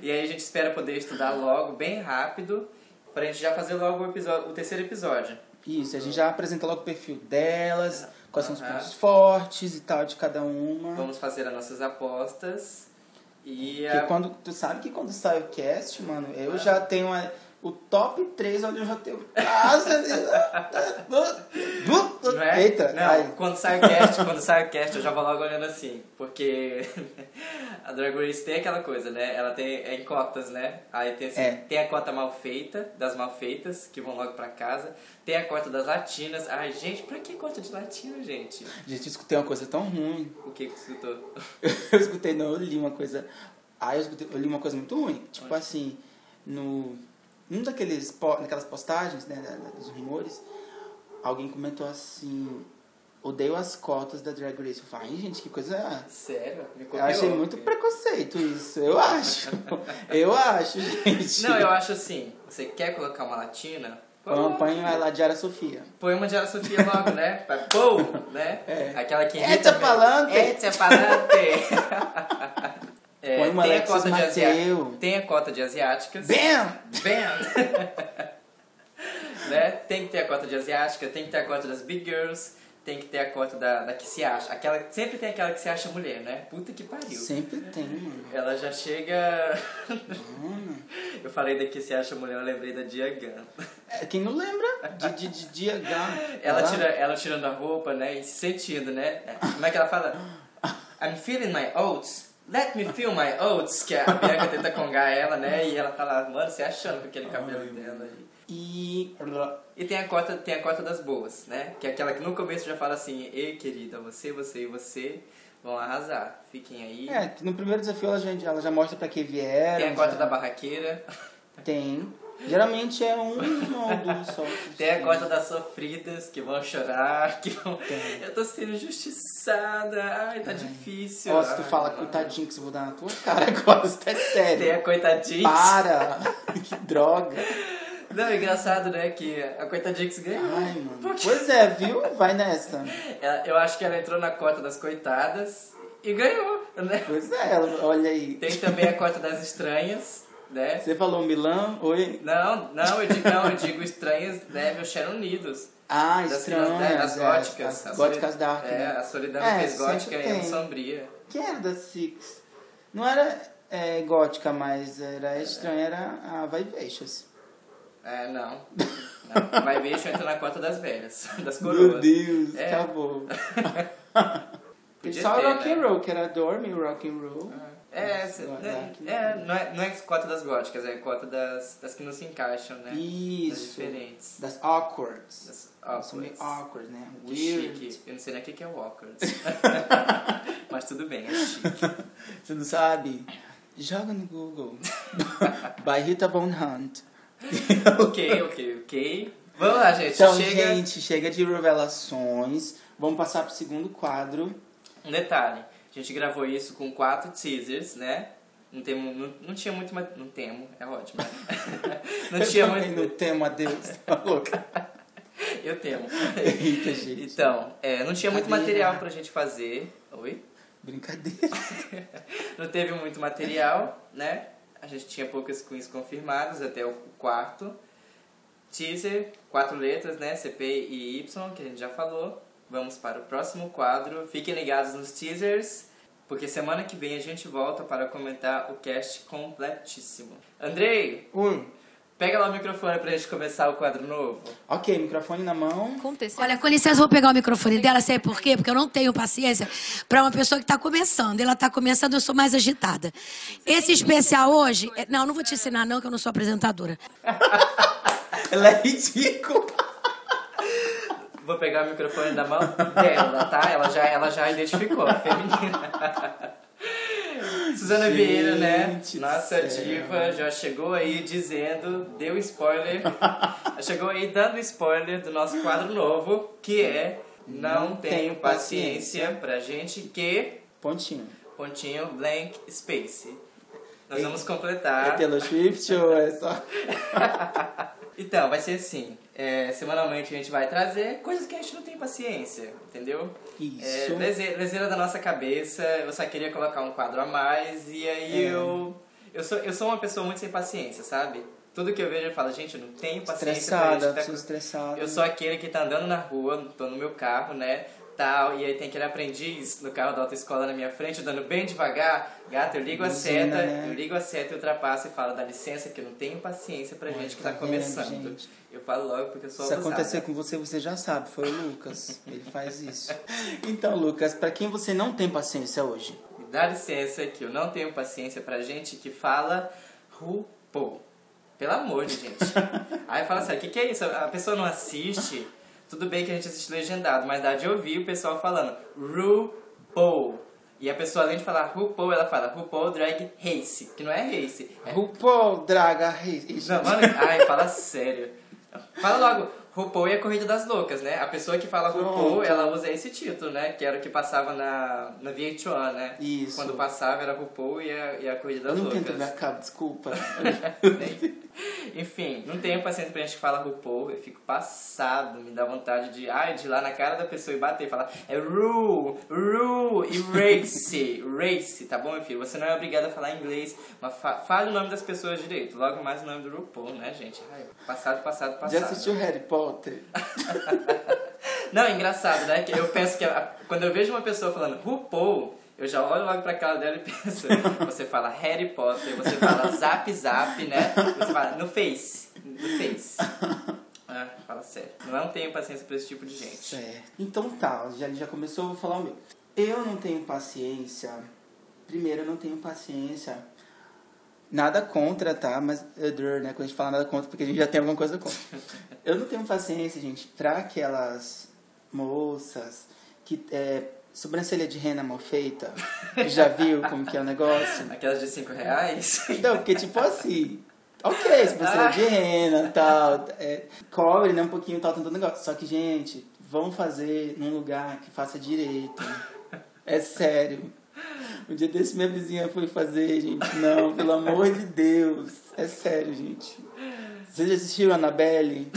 B: E aí a gente espera poder estudar logo, bem rápido, pra gente já fazer logo o, episódio, o terceiro episódio.
A: Isso, a gente já apresenta logo o perfil delas, quais são os
B: Aham.
A: pontos fortes e tal de cada uma.
B: Vamos fazer as nossas apostas. E
A: Porque
B: a...
A: quando, tu sabe que quando sai o cast, mano, eu já tenho a- o top 3 onde eu já tenho casa.
B: não é?
A: Eita,
B: não,
A: ai.
B: quando sai o cast, quando sai o cast, eu já vou logo olhando assim, porque a Drag Race tem aquela coisa, né? Ela tem é em cotas, né? Aí tem, assim,
A: É.
B: tem a cota mal feita, das mal feitas, que vão logo pra casa. Tem a cota das latinas. Ai, gente, pra que cota de latino, gente?
A: Gente, eu escutei uma coisa tão ruim.
B: O que que você escutou?
A: eu escutei, não, eu li uma coisa. Aí eu, escutei- eu li uma coisa muito ruim. Tipo assim, no. Num daqueles. po- Naquelas postagens, né? da- da- dos rumores, alguém comentou assim. Odeio as cotas da Drag Race. Eu falei, ai, gente, que coisa. é
B: Sério? Me
A: Eu
B: copiou.
A: achei muito preconceito isso, eu acho. Eu acho, gente.
B: Não, eu acho assim, você quer colocar uma latina?
A: Acompanho ela de Ara Sofia.
B: Põe uma de Ana Sofia logo, né? Pra pô, né?
A: É.
B: Aquela que
A: Eita,
B: mesmo.
A: palante!
B: Eita palante! É,
A: Põe uma
B: tem, a
A: Alexis
B: cota de asi-
A: Mateu.
B: tem a cota de asiáticas.
A: Bam!
B: Bam! né? Tem que ter a cota de asiática, tem que ter a cota das big girls, tem que ter a cota da, da que se acha. Aquela, sempre tem aquela que se acha mulher, né? Puta que pariu.
A: Sempre tem, mano.
B: Ela já chega.
A: Hum.
B: eu falei da que se acha mulher, eu lembrei da Diagan.
A: É, Quem não lembra? De, de, de, de H.
B: Ela, tira, ela tirando a roupa, né? E se sentindo, né? Como é que ela fala? I'm feeling my oats. Let me feel my oats. Que a Bianca tenta congar ela, né? E ela tá lá, mano, se achando com aquele cabelo dela. aí.
A: E.
B: E tem a, cota, tem a cota das boas, né? Que é aquela que no começo já fala assim: Ei, querida, você, você e você vão arrasar. Fiquem aí.
A: É, que no primeiro desafio ela já, ela já mostra pra que vieram.
B: Tem a cota
A: já-
B: da barraqueira.
A: Tem. Geralmente é um ou dois só.
B: Tem a cota das sofridas que vão chorar, que vão. Eu tô sendo injustiçada, ai, tá difícil.
A: Ó, se tu
B: ai,
A: fala,
B: mano."
A: coitadinho, que eu vou dar na tua cara agora, isso é tá sério.
B: Tem a coitadinha.
A: Para! que droga!
B: Não, é engraçado, né? Que a coitadinha que se ganhou.
A: Ai, mano. Pois é, viu? Vai nessa.
B: Ela- eu acho que ela entrou na cota das coitadas e ganhou, né?
A: Pois é, ela- olha aí.
B: Tem também a cota das estranhas, né?
A: Você falou Milan, oi?
B: Não, não, eu digo, não, eu digo estranhas, né? Meu Sharon Unidos.
A: Ah,
B: Das
A: estranho.
B: né, das góticas.
A: As,
B: a
A: as góticas
B: soli-
A: Dark.
B: É,
A: né?
B: a Solidão
A: É,
B: fez gótica
A: sempre
B: e a
A: tem.
B: Sombria.
A: Quem era da Six? Não era é, gótica, mas era estranha, era a Vai Veixas.
B: É, não. Não. Vai ver, deixa eu entrar na cota das velhas, das coroas.
A: Meu Deus,
B: É.
A: acabou. E
B: Podia
A: Só
B: ter,
A: o rock
B: né?
A: and roll, que era Dorme, rock and roll.
B: É, cê-
A: Agora,
B: né,
A: aqui.
B: é, não é, não é cota das góticas, é cota das, das que não se encaixam, né? Das
A: Isso.
B: diferentes.
A: Das awkwards.
B: Das
A: São meio
B: awkwards.
A: awkward, né?
B: Que
A: Weird.
B: chique. Eu não sei nem o que que é awkward. Mas tudo bem, é chique.
A: Você não sabe? Joga no Google. By Rita Von Hunt.
B: ok, ok, ok. Vamos lá, gente.
A: Então,
B: Chega.
A: gente, chega de revelações. Vamos passar pro segundo quadro.
B: Um detalhe, a gente gravou isso com quatro teasers, né? Não, tem, mu- não, não tinha muito... ma- Não temo, é ótimo. não
A: Eu
B: tinha
A: também
B: muito...
A: não temo a Deus. Tá louca?
B: Eu temo.
A: Eita, gente.
B: Então, é, não tinha muito
A: Brincadeira.
B: material pra gente fazer. Oi?
A: Brincadeira.
B: Não teve muito material, né? A gente tinha poucas queens confirmadas, até o quarto. Teaser, quatro letras, né? CP e Y, que a gente já falou. Vamos para o próximo quadro. Fiquem ligados nos teasers, porque semana que vem a gente volta para comentar o cast completíssimo. Andrei,
A: Um.
B: pega lá o microfone pra gente começar o quadro novo.
A: Ok, microfone na mão.
D: Aconteceu.
E: Olha, com licença, eu vou pegar o microfone dela, sabe por quê? Porque eu não tenho paciência para uma pessoa que está começando. Ela está começando, eu sou mais agitada. Esse especial hoje. é- Não, não vou te ensinar, não, que eu não sou apresentadora.
A: Ela é ridícula.
B: Vou pegar o microfone da mão dela, tá? Ela já, ela já identificou, é feminina. Suzana
A: Gente
B: Vieira, né?
A: do
B: Nossa
A: céu.
B: diva já chegou aí dizendo, deu spoiler, chegou aí dando spoiler do nosso quadro novo, que é Não,
A: Não
B: Tenho
A: Tenho
B: Paciência pra Gente que...
A: Pontinho.
B: Pontinho, blank, space. Nós
A: Ei.
B: vamos completar...
A: É Taylor Swift ou é só...
B: Então, vai ser assim. é, semanalmente a gente vai trazer coisas que a gente não tem paciência, entendeu?
A: Isso.
B: É, leze- leseira da nossa cabeça, eu só queria colocar um quadro a mais, e aí
A: É.
B: eu. Eu sou, eu sou uma pessoa muito sem paciência, sabe? Tudo que eu vejo eu falo, gente, eu não tenho paciência pra
A: Estressada,
B: gente.
A: pessoa
B: tá-
A: estressada.
B: Eu sou aquele que tá andando na rua, tô no meu carro, né? Tal, e aí tem aquele aprendiz no carro da autoescola na minha frente, andando bem devagar. Gato, eu ligo a
A: Buzina,
B: seta,
A: né?
B: eu ligo a seta e ultrapasso e falo, dá licença, que eu não tenho paciência pra gente que tá,
A: tá vendo,
B: começando.
A: gente?
B: Eu falo logo porque eu sou
A: Se
B: abusada.
A: acontecer com você, você já sabe, foi o Lucas. Ele faz isso. Então, Lucas, pra quem você não tem paciência hoje?
B: Me dá licença que eu não tenho paciência pra gente que fala RuPaul. Pelo amor de gente. Aí fala sério, o que, que é isso? A pessoa não assiste. Tudo bem que a gente assiste legendado, mas dá de ouvir o pessoal falando RuPaul. E a pessoa, além de falar RuPaul, ela fala RuPaul Drag Race, que não é race, é
A: RuPaul, Draga, Race.
B: não, mano, ai, fala sério. Fala logo, RuPaul e a Corrida das Loucas, né? A pessoa que fala RuPaul,
A: Pronto.
B: ela usa esse título, né? Que era o que passava na, na VH1, né?
A: Isso.
B: Quando passava era RuPaul e a, e a Corrida
A: Eu
B: das
A: não né? tento ver a
B: Loucas.
A: cabo, desculpa.
B: Enfim, não tenho paciência pra gente que fala RuPaul, eu fico passado, me dá vontade de, ai, de ir lá na cara da pessoa e bater, falar, é Ru, Ru e Race, Race, tá bom, meu filho? Você não é obrigado a falar inglês, mas fa fale o nome das pessoas direito, logo mais o nome do RuPaul, né, gente? Ai, passado, passado, passado.
A: Já assistiu Harry Potter?
B: Não, é engraçado, né? Que eu penso que a- quando eu vejo uma pessoa falando RuPaul, eu já olho logo pra cara dela e penso, você fala Harry Potter, você fala Zap Zap, né? Você fala no Face, no Face. Ah, fala sério. Não tenho paciência pra esse tipo de gente.
A: Certo. Então tá, já, já começou, eu vou falar o meu. Eu não tenho paciência. Primeiro, eu não tenho paciência. Nada contra, tá? Mas é dor, né? Quando a gente fala nada contra, porque a gente já tem alguma coisa contra. Eu não tenho paciência, gente, pra aquelas moças que é sobrancelha de rena mal feita. Já viu como que é o negócio?
B: Aquelas de 5 reais.
A: Não, porque tipo assim. Ok, sobrancelha de rena tal. É, cobre, né? Um pouquinho tal, tanto negócio. Só que, gente, vão fazer num lugar que faça direito. É sério. Um dia desse minha vizinha foi fazer, gente. Não, pelo amor de Deus. É sério, gente. Vocês já assistiram Annabelle?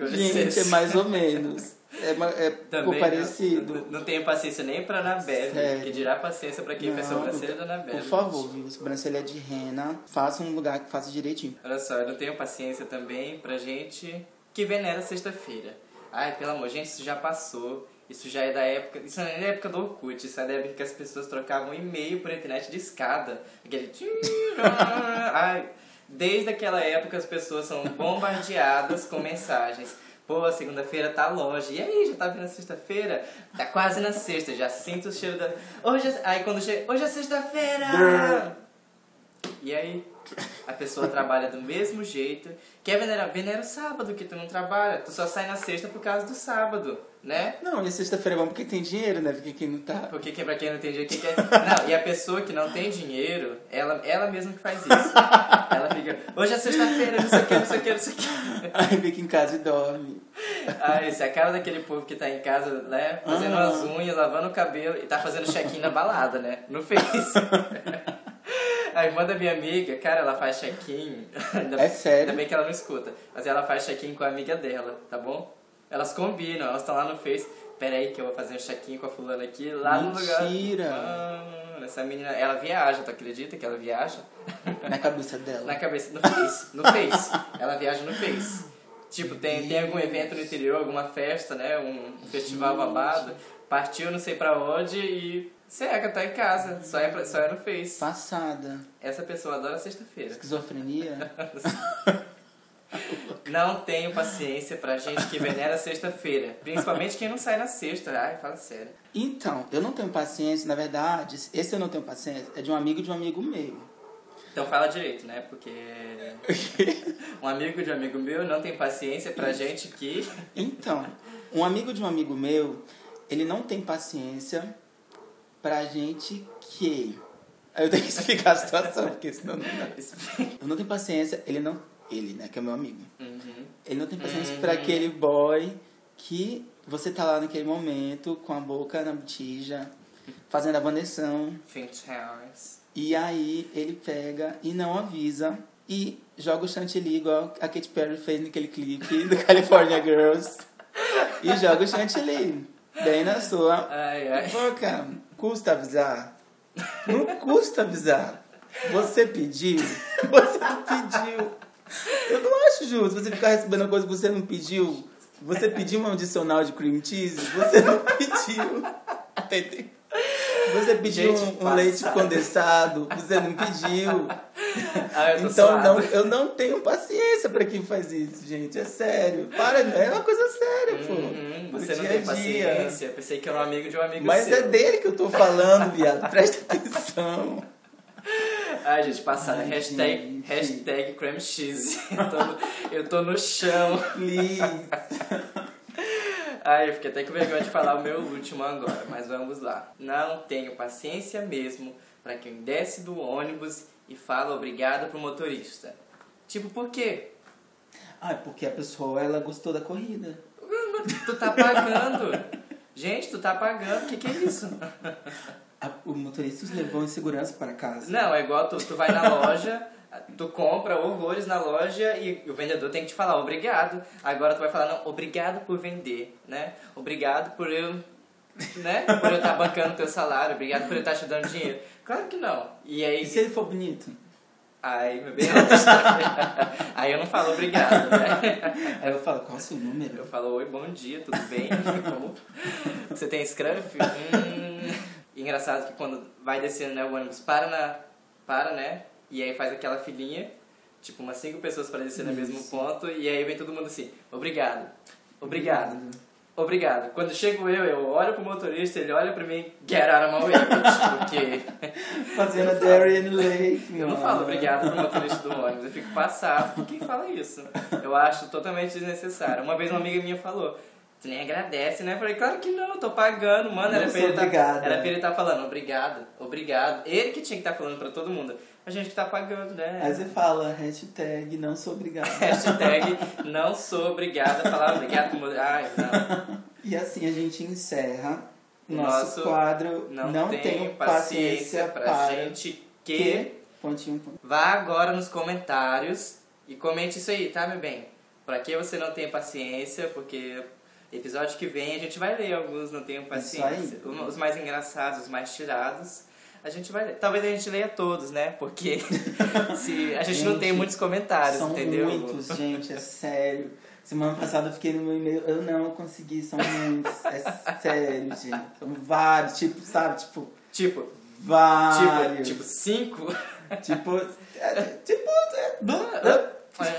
A: Gente, é mais ou menos. É, ma- é
B: Também
A: pouco
B: não-
A: parecido.
B: Não, não tenho paciência nem pra Anabelle,
A: Sério.
B: que dirá paciência pra quem fez
A: Não,
B: sobrancelha é da
A: não-
B: Anabelle.
A: Por favor, viu? Sobrancelha de rena. Faça um lugar que faça direitinho.
B: Olha só, eu não tenho paciência também pra gente que venera sexta-feira. Ai, pelo amor, gente, isso já passou. Isso já é da época. Isso não é da época do Orkut, isso é da época que as pessoas trocavam e-mail por internet de escada. Aquele. Ai, desde aquela época as pessoas são bombardeadas com mensagens. Pô, a segunda-feira tá longe. E aí, já tá vindo a sexta-feira? Tá quase na sexta, já sinto o cheiro da. Hoje é... Aí quando chega. Hoje é sexta-feira! E aí, a pessoa trabalha do mesmo jeito. Quer venerar? Venera o sábado, que tu não trabalha. Tu só sai na sexta por causa do sábado, né?
A: Não, e sexta-feira é bom porque tem dinheiro, né? Porque quem não tá.
B: Porque que, pra quem não tem dinheiro, quem quer... Não, e a pessoa que não tem dinheiro, ela, ela mesma que faz isso. Ela fica, hoje é sexta-feira, não sei o que, não sei o que, não sei o que.
A: Aí fica em casa e dorme.
B: Ai, isso é a cara daquele povo que tá em casa, né? Fazendo
A: Aham.
B: as unhas, lavando o cabelo e tá fazendo check-in na balada, né? No Face. A irmã da minha amiga, cara, ela faz check-in. Ainda-
A: É sério?
B: Ainda bem que ela não escuta. Mas ela faz check-in com a amiga dela, tá bom? Elas combinam, elas estão lá no Face. Pera aí que eu vou fazer um check-in com a fulana aqui lá no lugar.
A: Mentira.
B: Mano, essa menina, ela viaja, tu acredita que ela viaja?
A: Na cabeça
B: Na
A: dela.
B: cabeça, no Face, no Face. Ela viaja no Face. Tipo, tem, tem algum evento no interior, alguma festa, né? Um festival babado. Partiu não sei pra onde e seca, tá em casa. Só é, pra- só é no Face.
A: Tá. Passada.
B: Essa pessoa adora sexta-feira.
A: Esquizofrenia.
B: Não tenho paciência pra gente que venera sexta-feira. Principalmente quem não sai na sexta. Ai, fala sério.
A: Então, eu não tenho paciência, na verdade, esse eu não tenho paciência é de um amigo de um amigo meu.
B: Então fala direito, né? Porque. Um amigo de um amigo meu não tem paciência pra gente que.
A: Então, um amigo de um amigo meu, ele não tem paciência pra gente que. Eu tenho que explicar a situação, porque senão não dá. Eu não tenho paciência, ele não. Ele, né, que é meu amigo.
B: Uhum.
A: Ele não tem paciência pra aquele boy que você tá lá naquele momento, com a boca na botija, fazendo a vaneção.
B: Finch Harris.
A: E aí ele pega e não avisa e joga o chantilly igual a Katy Perry fez naquele clipe do California Girls. E joga o chantilly bem na sua
B: Ai, ai.
A: boca. Custa avisar? Não custa avisar. Você pediu? Você pediu. Eu não acho justo você ficar recebendo coisa que você não pediu. Você pediu um adicional de cream cheese? Você não pediu. Entendeu? Você pediu
B: Gente
A: um, um leite
B: passada.
A: condensado, você não pediu.
B: Ai, eu É, tô
A: Então
B: suado.
A: não, eu não tenho paciência pra quem faz isso, gente. É sério. Para, é uma coisa séria, pô.
B: Hum, você
A: Do dia
B: não tem
A: a dia.
B: paciência. Pensei que era um amigo de um amigo
A: Mas
B: seu.
A: é dele que eu tô falando, viado. Presta atenção.
B: Ai, gente, passada. hashtag,
A: gente.
B: hashtag creme cheese. Eu tô, no- eu tô no chão.
A: Please.
B: Ai, eu fiquei até com vergonha de falar o meu último agora, mas vamos lá. Não tenho paciência mesmo pra quem desce do ônibus e fala obrigado pro motorista. Tipo, por quê?
A: Ah, é porque a pessoa, ela gostou da corrida.
B: Tu tá pagando. Gente, tu tá pagando. O que, que é isso?
A: A- o motorista os levou em segurança para casa.
B: Não, é igual tu, tu vai na loja, tu compra horrores na loja e o vendedor tem que te falar obrigado. Agora tu vai falar, não, obrigado por vender, né? Obrigado por eu. Né? Por eu estar bancando teu salário, obrigado por eu estar te dando dinheiro. Claro que não. E aí.
A: E se ele for bonito?
B: Aí, meu bem, é outra história. aí eu não falo obrigado, né?
A: Aí eu falo, qual É o seu
B: Eu
A: número?
B: falo, oi, bom dia, tudo bem? Como? Você tem scruff? Hum. E Engraçado que quando vai descendo, né, o ônibus para, na, para, né? E aí faz aquela filinha, tipo umas cinco pessoas para descer no mesmo ponto, e aí vem todo mundo assim, obrigado, obrigado, obrigado. Quando chego eu, eu olho pro motorista, ele olha pra mim, get out of my way, bitch, porque...
A: Fazendo a
B: Eu não falo.
A: Darian Lake,
B: Eu não falo obrigado pro motorista do ônibus, eu fico passado por quem fala isso. Eu acho totalmente desnecessário. Uma vez uma amiga minha falou, tu nem agradece, né? Eu falei, claro que não, eu tô pagando, mano.
A: Não
B: Era pra,
A: sou
B: ele tá,
A: obrigada.
B: era pra ele tá falando, obrigado, obrigado. Ele que tinha que estar falando pra todo mundo. A gente que tá pagando, né?
A: Aí você fala, hashtag não sou obrigado.
B: Hashtag não sou obrigada a falar obrigado pro motorista. Ai, não.
A: E assim a gente encerra o nosso,
B: Nosso
A: quadro
B: Não,
A: Não
B: tenho
A: Tenho
B: paciência pra
A: para
B: gente que...
A: que Pontinho, pontinho.
B: Vá agora nos comentários e comente isso aí, tá, meu bem? Pra que você não tenha paciência, porque episódio que vem a gente vai ler alguns não tenham
A: Isso
B: paciência.
A: aí.
B: Os mais engraçados, os mais tirados. A gente vai ler. Talvez a gente leia todos, né? Porque se a gente, não tem
A: Gente,
B: muitos comentários,
A: São
B: entendeu?
A: muitos, gente, é sério. Semana passada eu fiquei no meu e-mail, eu não consegui, são muitos. É sério, gente. São vários, tipo, sabe? Tipo,
B: Tipo, tipo,
A: vários.
B: tipo cinco.
A: Tipo, é, tipo, é, do-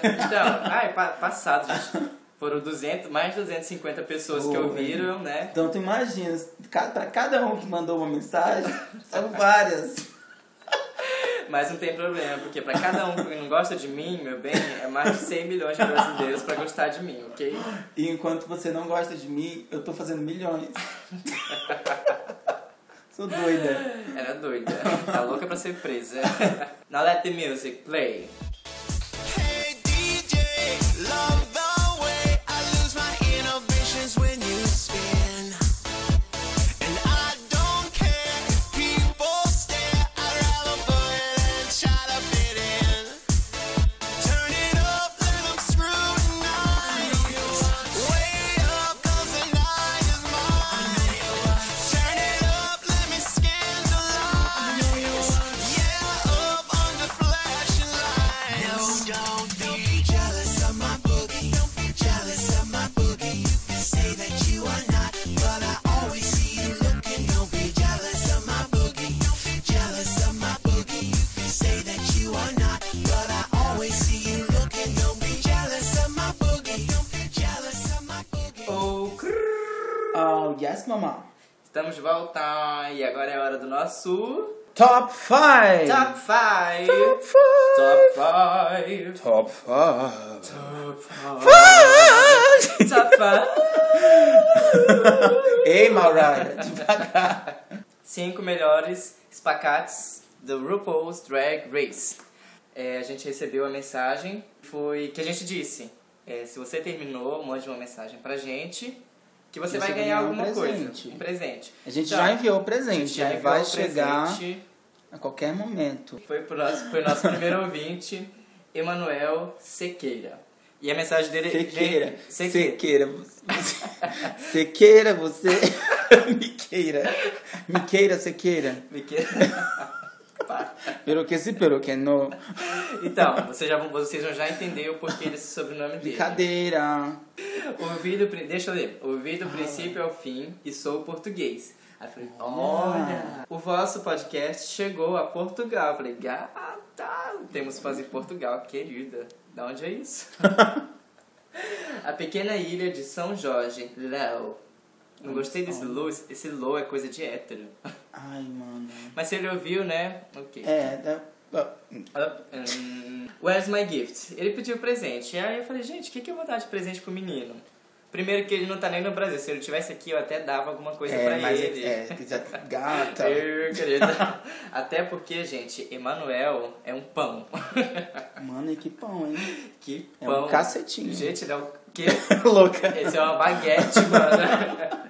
B: então, ai, pa- passado, gente. Foram 200, mais de 250 pessoas que
A: Foi.
B: ouviram, né?
A: Então tu imagina, ca- pra cada um que mandou uma mensagem, são várias.
B: Mas não tem problema, porque pra cada um que não gosta de mim, meu bem, é mais de 100 milhões de brasileiros pra gostar de mim, ok?
A: E enquanto você não gosta de mim, eu tô fazendo milhões. Sou doida.
B: Era doida. Tá louca pra ser presa. Now let the music play.
C: Hey DJ, love the way I lose my inhibitions when you spin, and I don't care if people stare. I'd rather put it and try to fit in. Turn it up, let 'em scrutinize. Way up 'cause the night is mine. Turn it up, let me scandalize. Yeah, up under flashing lights. Don't be jealous of my boogie. Don't be jealous of my boogie. You can say that you are not, but I always see you looking. Don't be jealous of my boogie. Don't be jealous of my boogie. You can say that you are not, but I always see you looking. Don't be jealous of my boogie. Don't be jealous of my boogie.
B: Oh, crrr.
A: Oh, yes, mamá.
B: Estamos de volta e agora é hora do nosso
A: Top 5!
B: Top 5! Top 5! 5!
A: Top 5!
B: Top 5!
A: Ei, Mariah, devagar.
B: 5 melhores espacates do RuPaul's Drag Race. É, a gente recebeu a mensagem, foi que a gente disse, é, se você terminou, mande uma mensagem pra gente, que você,
A: Você
B: vai
A: vai
B: ganhar
A: ganhar um
B: alguma coisa.
A: presente.
B: Um presente.
A: A gente
B: Então,
A: já enviou o
B: a
A: presente,
B: gente já
A: já
B: enviou
A: vai
B: o
A: chegar
B: presente.
A: a qualquer momento.
B: Foi pro nosso, foi nosso primeiro ouvinte, Emanuel Sequeira. E a mensagem dele...
A: Sequeira,
B: dele- Sequeira.
A: sequeira, você, sequeira, você, me queira, me queira, sequeira,
B: Sequeira. Para.
A: pelo que se, pelo que não,
B: Então, vocês, já, vão- vocês vão já entender o porquê desse sobrenome dele.
A: brincadeira,
B: Ouvi do, prin- deixa eu ler. Ouvi do princípio ao fim e sou português. Aí eu falei, olha, o vosso podcast chegou a Portugal. Eu falei, gata, temos fãs em Portugal, querida. Da onde é isso? a pequena ilha de São Jorge, Léo. Não gostei desse Lou, esse Lou é coisa de hétero.
A: ai, mano,
B: Mas se ele ouviu, né? Ok.
A: é, dá-
B: Ah, hum, Where's my gift? Ele pediu presente. E aí eu falei, gente, o que, que eu vou dar de presente pro menino? Primeiro que ele não tá nem no Brasil. Se ele tivesse aqui, eu até dava alguma coisa pra
A: é, mas
B: ele.
A: é, é, já- gata,
B: Eu, querida. até porque, gente, Emanuel é um pão.
A: mano, e que pão, hein,
B: que
A: É um
B: pão.
A: cacetinho.
B: Gente, ele é o quê?
A: louca,
B: Esse é uma baguete, mano.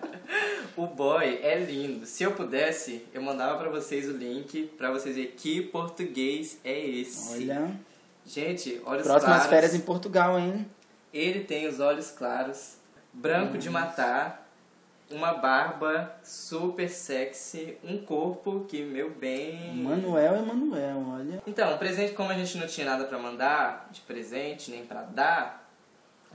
B: O boy é lindo. Se eu pudesse, eu mandava pra vocês o link pra vocês verem que português é esse.
A: olha,
B: Gente, olha os
A: próximas
B: claros.
A: férias em Portugal, hein,
B: Ele tem os olhos claros, branco de matar, uma barba super sexy, um corpo que, meu bem.
A: Manuel e Manuel, olha,
B: Então, um presente, como a gente não tinha nada pra mandar de presente, nem pra dar,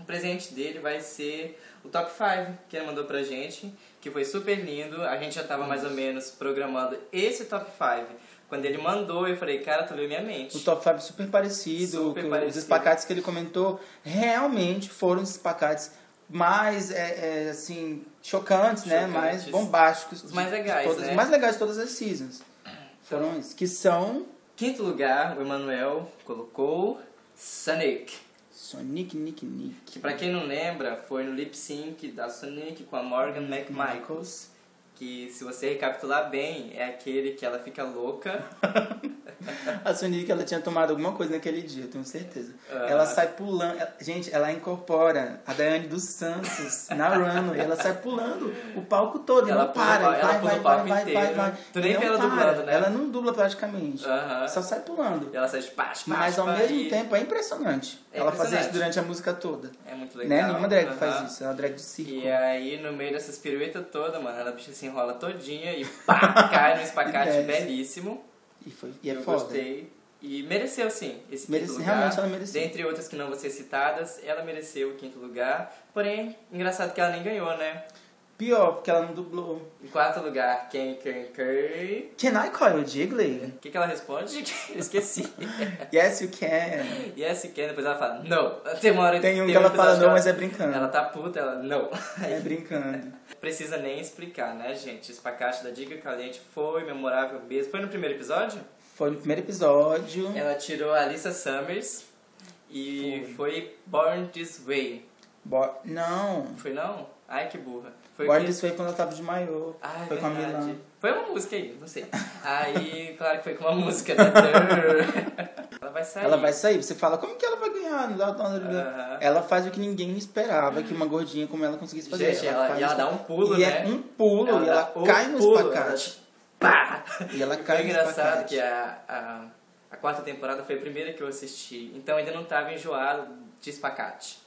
B: o presente dele vai ser o top 5 que ele mandou pra gente, que foi super lindo. A gente já tava mais ou menos programando esse top 5. Quando ele mandou, eu falei, cara, tu leu minha mente.
A: O top 5 super parecido,
B: Super
A: que
B: parecido.
A: os espacates que ele comentou realmente foram os espacates mais, é, é, assim, chocantes, né?
B: Chocantes.
A: Mais bombásticos.
B: Os mais
A: de- de
B: legais,
A: todas-
B: né?
A: Os mais legais de todas as seasons. Foram esses, que são
B: Quinto lugar, o Emanuel colocou Sonic.
A: Sonic, Nick,
B: Que
A: Nick.
B: pra quem não lembra, foi no lip sync da Sonic com a Morgan McMichaels. Que se você recapitular bem, é aquele que ela fica louca.
A: A Sonic, ela tinha tomado alguma coisa naquele dia, eu tenho certeza.
B: É.
A: Ela sai pulando. ela- Gente, ela incorpora a Daiane dos Santos na runway. Ela sai pulando o palco todo. Ela,
B: Ela
A: não
B: pula o
A: para.
B: palco-
A: vai, vai,
B: ela pula
A: vai,
B: o
A: vai,
B: palco
A: vai, vai,
B: inteiro. né? Tu nem vê
A: não
B: ela
A: para,
B: dublando, né?
A: Ela não dubla praticamente.
B: Aham. Tá,
A: Só sai pulando.
B: E ela sai de pá, pá,
A: Mas ao
B: pá,
A: mesmo
B: e-
A: tempo é impressionante.
B: tá É
A: ela fazer isso
B: impressionante.
A: durante a música toda.
B: É muito legal.
A: Né? Nenhuma drag
B: Aham.
A: faz isso, é uma drag de circo.
B: E aí, no meio dessas piruetas toda, mano, ela bicha se enrola todinha e pá, cai no espacate
A: E desce.
B: belíssimo.
A: E, foi, e é
B: eu
A: foda.
B: gostei. E mereceu, sim, esse
A: Merece-
B: quinto lugar.
A: realmente ela mereceu.
B: Dentre outras que não vão ser citadas, ela mereceu o quinto lugar. Porém, engraçado que ela nem ganhou, né?
A: Pior, porque ela não dublou.
B: Em quarto lugar, quem, quem, quem...
A: Can I call you Jiggly?
B: O que, que ela responde? Eu Esqueci.
A: Yes, you can.
B: e essa Ken, depois ela fala, não. Tem uma hora
A: Tem um que
B: um
A: ela
B: episódio
A: fala
B: que
A: não, mas é brincando.
B: Ela tá puta, ela, não. Aí
A: É brincando.
B: Precisa nem explicar, né, gente? Esse pacote da Diga Caliente foi memorável mesmo. Foi no primeiro episódio?
A: Foi no primeiro episódio.
B: Ela tirou a Alyssa Summers e foi, Born This Way.
A: Bo- Não.
B: Foi não? Ai, que burra. Foi
A: Born
B: que-
A: This Way quando ela tava de maiô.
B: Ai,
A: Foi com a
B: verdade. Tá
A: Milan.
B: Foi uma música aí, não sei. Aí, claro que foi com uma música, né? ela vai sair.
A: Ela vai sair. Você fala, como que ela vai ganhar? Não dá- não dá- não dá.
B: Aham.
A: Ela faz o que ninguém esperava que uma gordinha como ela conseguisse fazer.
B: Gente, ela-
A: faz
B: e ela
A: isso.
B: dá um pulo,
A: e
B: né?
A: É um pulo,
B: Ela
A: e
B: dá
A: ela
B: um
A: cai no
B: pulo, tipo,
A: espacate.
B: Pá!
A: E ela
B: Foi
A: cai no
B: engraçado
A: espacate.
B: que a, a, a quarta temporada foi a primeira que eu assisti, então ainda não tava enjoado de espacate.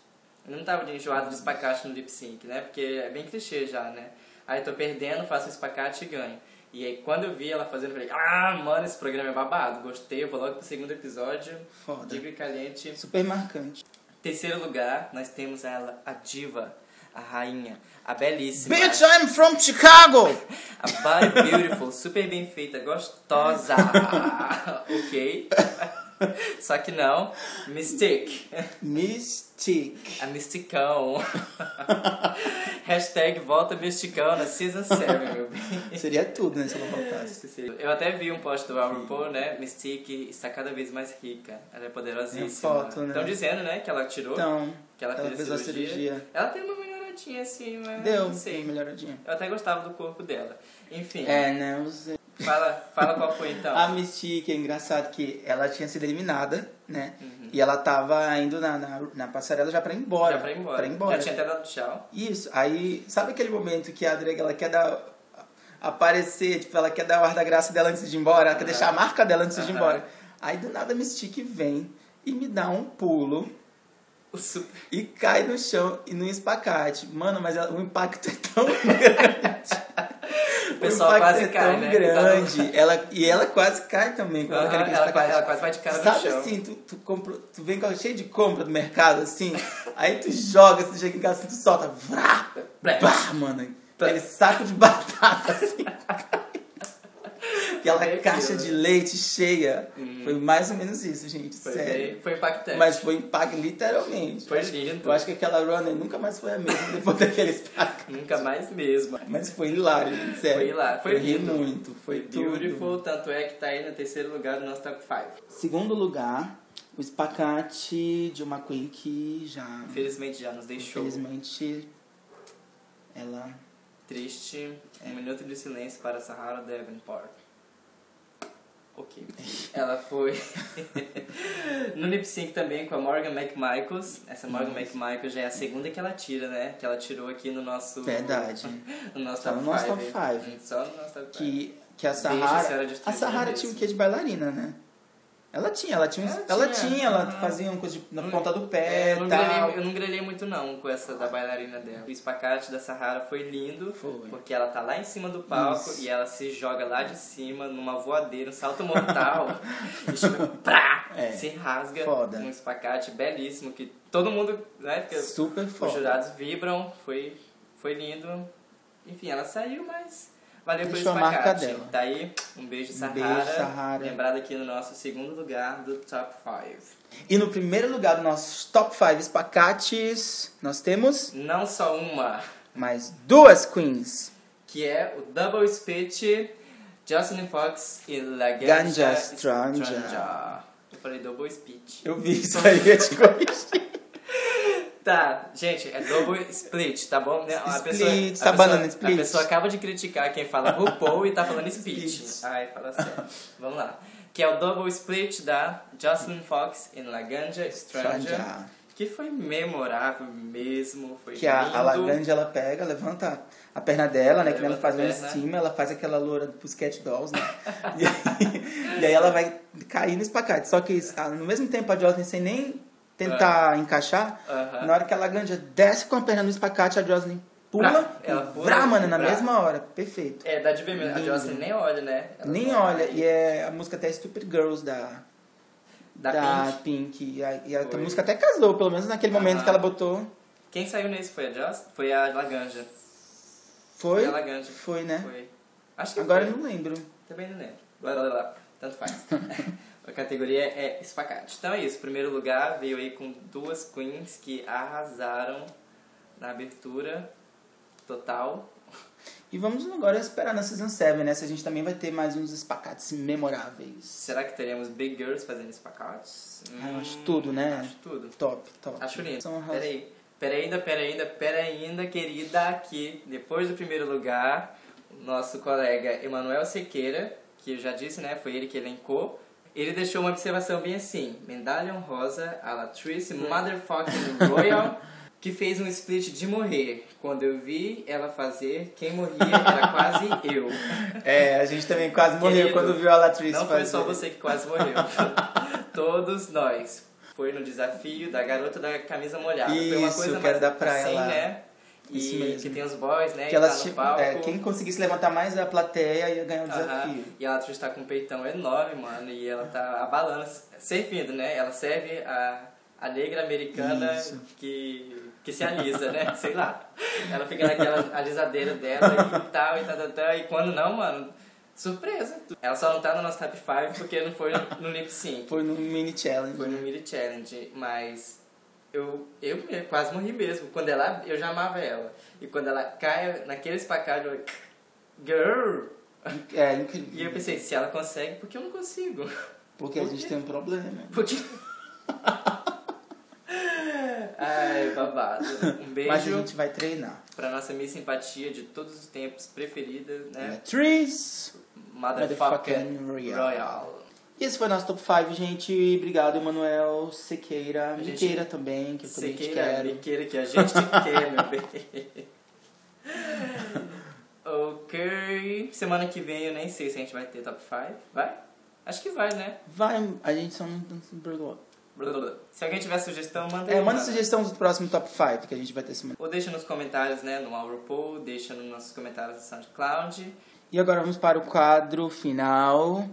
B: Eu não tava de enjoado de espacate no lip sync, né? Porque é bem clichê já, né? Aí tô perdendo, faço espacate e ganho. E aí quando eu vi ela fazendo, eu falei, ah, mano, esse programa é babado, gostei, eu vou logo pro segundo episódio. tipo,
A: Foda.
B: Digo e caliente.
A: Super marcante.
B: Terceiro lugar, nós temos ela, a diva, a rainha, a belíssima.
A: Bitch, I'm from Chicago!
B: A Body Beautiful, super bem feita, gostosa. ok. Só que não. Mystique.
A: Mystique.
B: A Mysticão. Hashtag volta Mysticão na Season 7, meu bem.
A: Seria tudo, né, se ela voltasse.
B: Eu até vi um post do RuPaul, né? Mystique está cada vez mais rica. Ela é poderosíssima.
A: Tem foto, né?
B: Estão dizendo, né? Que ela tirou.
A: Então,
B: que ela,
A: ela
B: fez,
A: fez
B: a
A: uma
B: cirurgia.
A: cirurgia.
B: Ela tem uma melhoradinha assim, mas
A: deu
B: não sei.
A: uma melhoradinha.
B: Eu até gostava do corpo dela. Enfim,
A: É, né, eu sei.
B: fala, fala qual foi então.
A: A Mystique, é engraçado que ela tinha sido eliminada, né? E ela tava indo na, na, na passarela já pra ir embora.
B: Uhum. Já pra ir embora.
A: Pra ir embora.
B: Já tinha até dado tchau.
A: Isso, aí, sabe aquele momento que a drag, ela quer dar... Aparecer, tipo, ela quer dar o ar da graça dela antes de ir embora, ela quer deixar a marca dela antes de ir
B: Aham.
A: embora. Aí, do nada, a Mystique vem e me dá um pulo
B: O super...
A: e cai no chão e no espacate. Mano, mas ela- o impacto é tão grande.
B: O pessoal
A: impacto
B: quase
A: é
B: cai,
A: tão
B: né?
A: grande. Ela, e ela quase cai também. quando
B: Aham,
A: aquele
B: ela quase-
A: espacate.
B: ela quase vai de cara no
A: Sabe
B: chão.
A: assim, tu, tu, comprou, tu vem com- cheio de compra do mercado, assim, aí tu joga, tu chega em casa, assim, tu solta, vrá,
B: Blé. Tá.
A: bah, mano. Aquele saco de batata, assim. Aquela
B: Meio
A: caixa
B: quilo,
A: de
B: né? Uhum.
A: leite cheia. Foi mais ou menos isso, gente.
B: Foi,
A: sério.
B: bem- foi impactante.
A: Mas foi impacto literalmente.
B: Foi lindo.
A: Eu acho que aquela runner nunca mais foi a mesma depois daquele espaço.
B: Nunca mais mesmo.
A: Mas foi hilário, sério.
B: Foi hilário, foi
A: Eu ri
B: lindo.
A: muito, foi, tudo.
B: Beautiful, tanto é que tá aí no terceiro lugar do nosso top 5.
A: Segundo lugar, o espacate de uma Queen que já,
B: Infelizmente já nos deixou.
A: infelizmente, ela...
B: Triste.
A: É.
B: Um minuto de silêncio para Sahara Davenport. Ok. Ela foi no lip sync também com a Morgan McMichaels. Essa Morgan McMichaels já é a segunda que ela tira, né? Que ela tirou aqui no nosso.
A: Verdade.
B: No nosso
A: Só
B: top
A: no nosso
B: five.
A: top five.
B: Hum, Só no nosso top 5.
A: Que, que a
B: Deixa a senhora
A: Sahara...
B: destruir
A: A Sahara
B: mesmo.
A: tinha o quê de bailarina, né? Ela tinha, ela tinha, uns-
B: Ela
A: ela,
B: tinha,
A: tinha, ela
B: aham.
A: fazia uma coisa de- na ponta do pé
B: eu,
A: e
B: não
A: É, tal.
B: grelhei, eu não grelhei muito não com essa da bailarina dela. O espacate da Sahara foi lindo,
A: Foi.
B: porque ela tá lá em cima do palco e ela se joga lá de cima numa voadeira, um salto mortal. e chega, prá,
A: É.
B: se rasga.
A: Foda.
B: Um espacate belíssimo que todo mundo, né, fica,
A: Super
B: os
A: foda.
B: jurados vibram, foi, foi lindo. Enfim, ela saiu, mas valeu pelo
A: Deixou a
B: espacate.
A: marca dela.
B: Tá aí, um beijo Sahara.
A: beijo, Sahara.
B: Lembrado aqui no nosso segundo lugar do Top 5.
A: E no primeiro lugar do nosso top 5 espacates, nós temos
B: Não só uma...
A: mais duas queens.
B: que é o Double Speech, Jocelyn Fox e Laganja
A: Ganja Stranja.
B: Eu falei Double Speech.
A: Eu vi isso aí, eu te corrigi.
B: Tá, gente, é Double Split, tá bom? Né? A
A: Split,
B: pessoa, a
A: tá banana
B: pessoa-
A: split.
B: A pessoa acaba de criticar quem fala RuPaul e tá falando Speech.
A: Split.
B: Ai, fala sério. Vamos lá. que é o double split da Jocelyn Fox em Laganja Stranger,
A: Stranger.
B: que foi memorável mesmo, foi
A: Que a, a
B: lindo.
A: Lagrange ela pega, levanta a perna dela, né? Que nem ela
B: Levanta
A: faz
B: a
A: lá em
B: perna.
A: cima, ela faz aquela loura dos Cat Dolls, né? e, aí, e aí ela vai cair no espacate. Só que ah, no mesmo tempo a Jocelyn sem nem tentar encaixar,
B: É. Aham.
A: na hora que a Lagrange desce com a perna no espacate, a Jocelyn pula,
B: Brá. Ela
A: e
B: pula
A: vrá,
B: e
A: mano, na
B: brá.
A: mesma hora. Perfeito.
B: É, dá de ver mesmo. A
A: Lindo.
B: Jocelyn nem olha, né? Ela
A: Nem
B: só-
A: olha, e é a música até Stupid Girls da,
B: Da, Pink.
A: Pink. E a, e a
B: Foi.
A: música até casou, pelo menos naquele momento
B: Aham.
A: que ela botou.
B: Quem saiu nesse foi a Jocelyn? Foi a Laganja.
A: Foi?
B: Foi a Laganja.
A: Foi, né?
B: Foi. Acho que
A: Agora
B: foi.
A: eu não lembro.
B: Também não lembro. Blá, blá, blá. Tanto faz. a categoria é espacate. Então é isso. Primeiro lugar veio aí com duas queens que arrasaram na abertura total.
A: E vamos agora esperar na Season 7, né? Se a gente também vai ter mais uns espacates memoráveis.
B: Será que teremos Big Girls fazendo espacates?
A: Ah, eu acho
B: Hum,
A: tudo, né?
B: Acho tudo.
A: Top, top. Então,
B: Acho lindo.
A: São arras-
B: Peraí. Peraí ainda, peraí ainda, peraí ainda, querida, aqui, depois do primeiro lugar, o nosso colega Emanuel Sequeira, que eu já disse, né, foi ele que elencou, ele deixou uma observação bem assim, medalha honrosa à Latrice Motherfucking Royal, que fez um split de morrer. Quando eu vi ela fazer, quem morria era quase eu.
A: É, a gente também quase morreu
B: Querido,
A: quando viu a Latrice
B: Não
A: fazer.
B: foi só você que quase morreu. Todos nós. Foi no desafio da garota da camisa molhada. foi uma
A: Isso,
B: coisa
A: que era
B: mais
A: da praia
B: assim,
A: lá.
B: né? E
A: Isso mesmo.
B: que tem os boys, né?
A: Que
B: e
A: elas
B: tá no
A: tinham-
B: palco.
A: é, quem conseguisse levantar mais a plateia ia ganhar o
B: Aham.
A: desafio.
B: E ela está com um peitão enorme, mano. E ela tá abalando, servindo, né? Ela serve a, a negra americana
A: Isso.
B: que, que se alisa, né? Sei lá. Ela fica naquela alisadeira dela e tal, e tal, tal, tal. E quando não, mano, surpresa. Ela só não tá no nosso top 5 porque não foi no lip sync.
A: Foi no mini challenge.
B: Foi no Mini Challenge, mas eu, eu me- quase morri mesmo. Quando ela, eu já amava ela. E quando ela cai naquele espacalho, eu... Girl!
A: É
B: E eu
A: incrível.
B: pensei, se ela consegue, por que eu não consigo?
A: Porque a
B: Por
A: gente
B: quê?
A: tem um problema.
B: Porque... Ai, babado. Um
A: Mas a
B: beijo
A: gente vai treinar.
B: pra nossa Miss Simpatia de todos os tempos preferida, né?
A: Latrice!
B: Motherfucking
A: É. Motherfucking
B: Royal.
A: Royal. E esse foi nosso top 5, gente. Obrigado, Emanuel, Sequeira,
B: gente-
A: Miqueira também, que eu também te
B: Sequeira,
A: quero.
B: biqueira que a gente quer, meu bem. ok. Semana que vem eu nem sei se a gente vai ter top 5. Vai? Acho que vai, né?
A: Vai, a gente só não não se perdoa.
B: Blá, blá, blá. Se alguém tiver sugestão, manda
A: É,
B: aí,
A: manda
B: mano.
A: sugestão do próximo top 5 que a gente vai ter semana.
B: Ou deixa nos comentários, né? No Auropol, deixa nos nossos comentários no SoundCloud.
A: E agora vamos para o quadro final.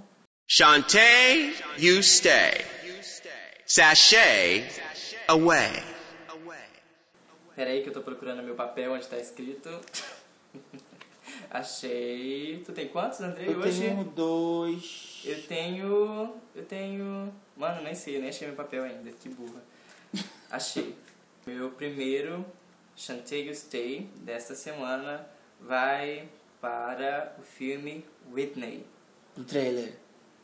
C: Shantae, you stay. Sashay, away.
B: Pera aí que eu tô procurando meu papel onde tá escrito. Achei. Tu tem quantos, Andrei,
A: Eu
B: hoje?
A: tenho um, dois.
B: Eu tenho. Eu tenho. Mano, nem sei, eu nem achei meu papel ainda, que burra. Achei. Meu primeiro Chantei You Stay desta semana vai para o filme Whitney.
A: Do trailer.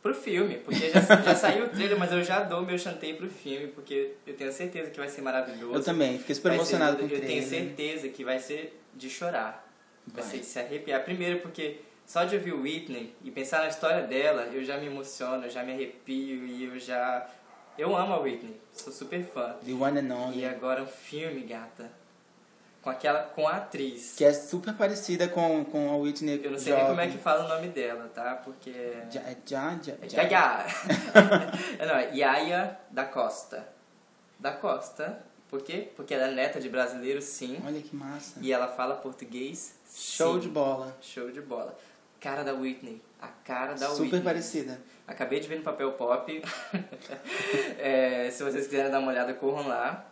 B: Pro filme, porque já, já saiu o trailer, mas eu já dou meu chantei pro filme, porque eu tenho certeza que vai ser maravilhoso.
A: Eu também, fiquei super
B: Vai ser-
A: emocionado com o
B: Eu
A: trailer.
B: tenho certeza que vai ser de chorar. Vai,
A: Vai.
B: ser de se arrepiar. Primeiro porque só de ouvir Whitney e pensar na história dela, eu já me emociono, eu já me arrepio e eu já... Eu amo a Whitney, sou super fã.
A: The One and Only.
B: E agora um filme, gata. Com aquela... com a atriz.
A: Que é super parecida com, com a Whitney
B: Eu não sei nem como é que fala o nome dela, tá? Porque... é-
A: Já, já, já,
B: É
A: já.
B: Yaya. não, é Yaya da Costa. Da Costa. Por quê? Porque ela é neta de brasileiro, sim.
A: Olha que massa.
B: E é assim. ela fala português,
A: Show
B: sim.
A: de bola.
B: Show de bola. Cara da Whitney. A cara da
A: super
B: Whitney.
A: parecida.
B: Acabei de ver no papel pop. É, se vocês quiserem dar uma olhada, corram lá.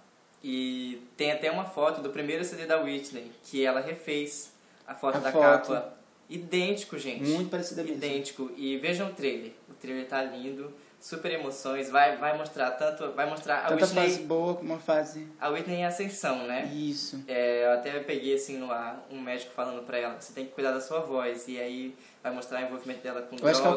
B: E tem até uma foto do primeiro CD da Whitney, que ela refez a foto
A: A
B: da
A: foto.
B: capa. Idêntico, gente.
A: Muito parecida mesmo.
B: Idêntico. E vejam o trailer. O trailer tá lindo, super emoções. Vai, vai mostrar tanto. Vai mostrar a
A: Tanta fase
B: Whitney.
A: boa como uma fase.
B: A Whitney em ascensão, né?
A: Isso.
B: É, eu até peguei assim no ar um médico falando pra ela, você tem que cuidar da sua voz. E aí vai mostrar o envolvimento dela com
A: Eu
B: drogas.
A: acho que é o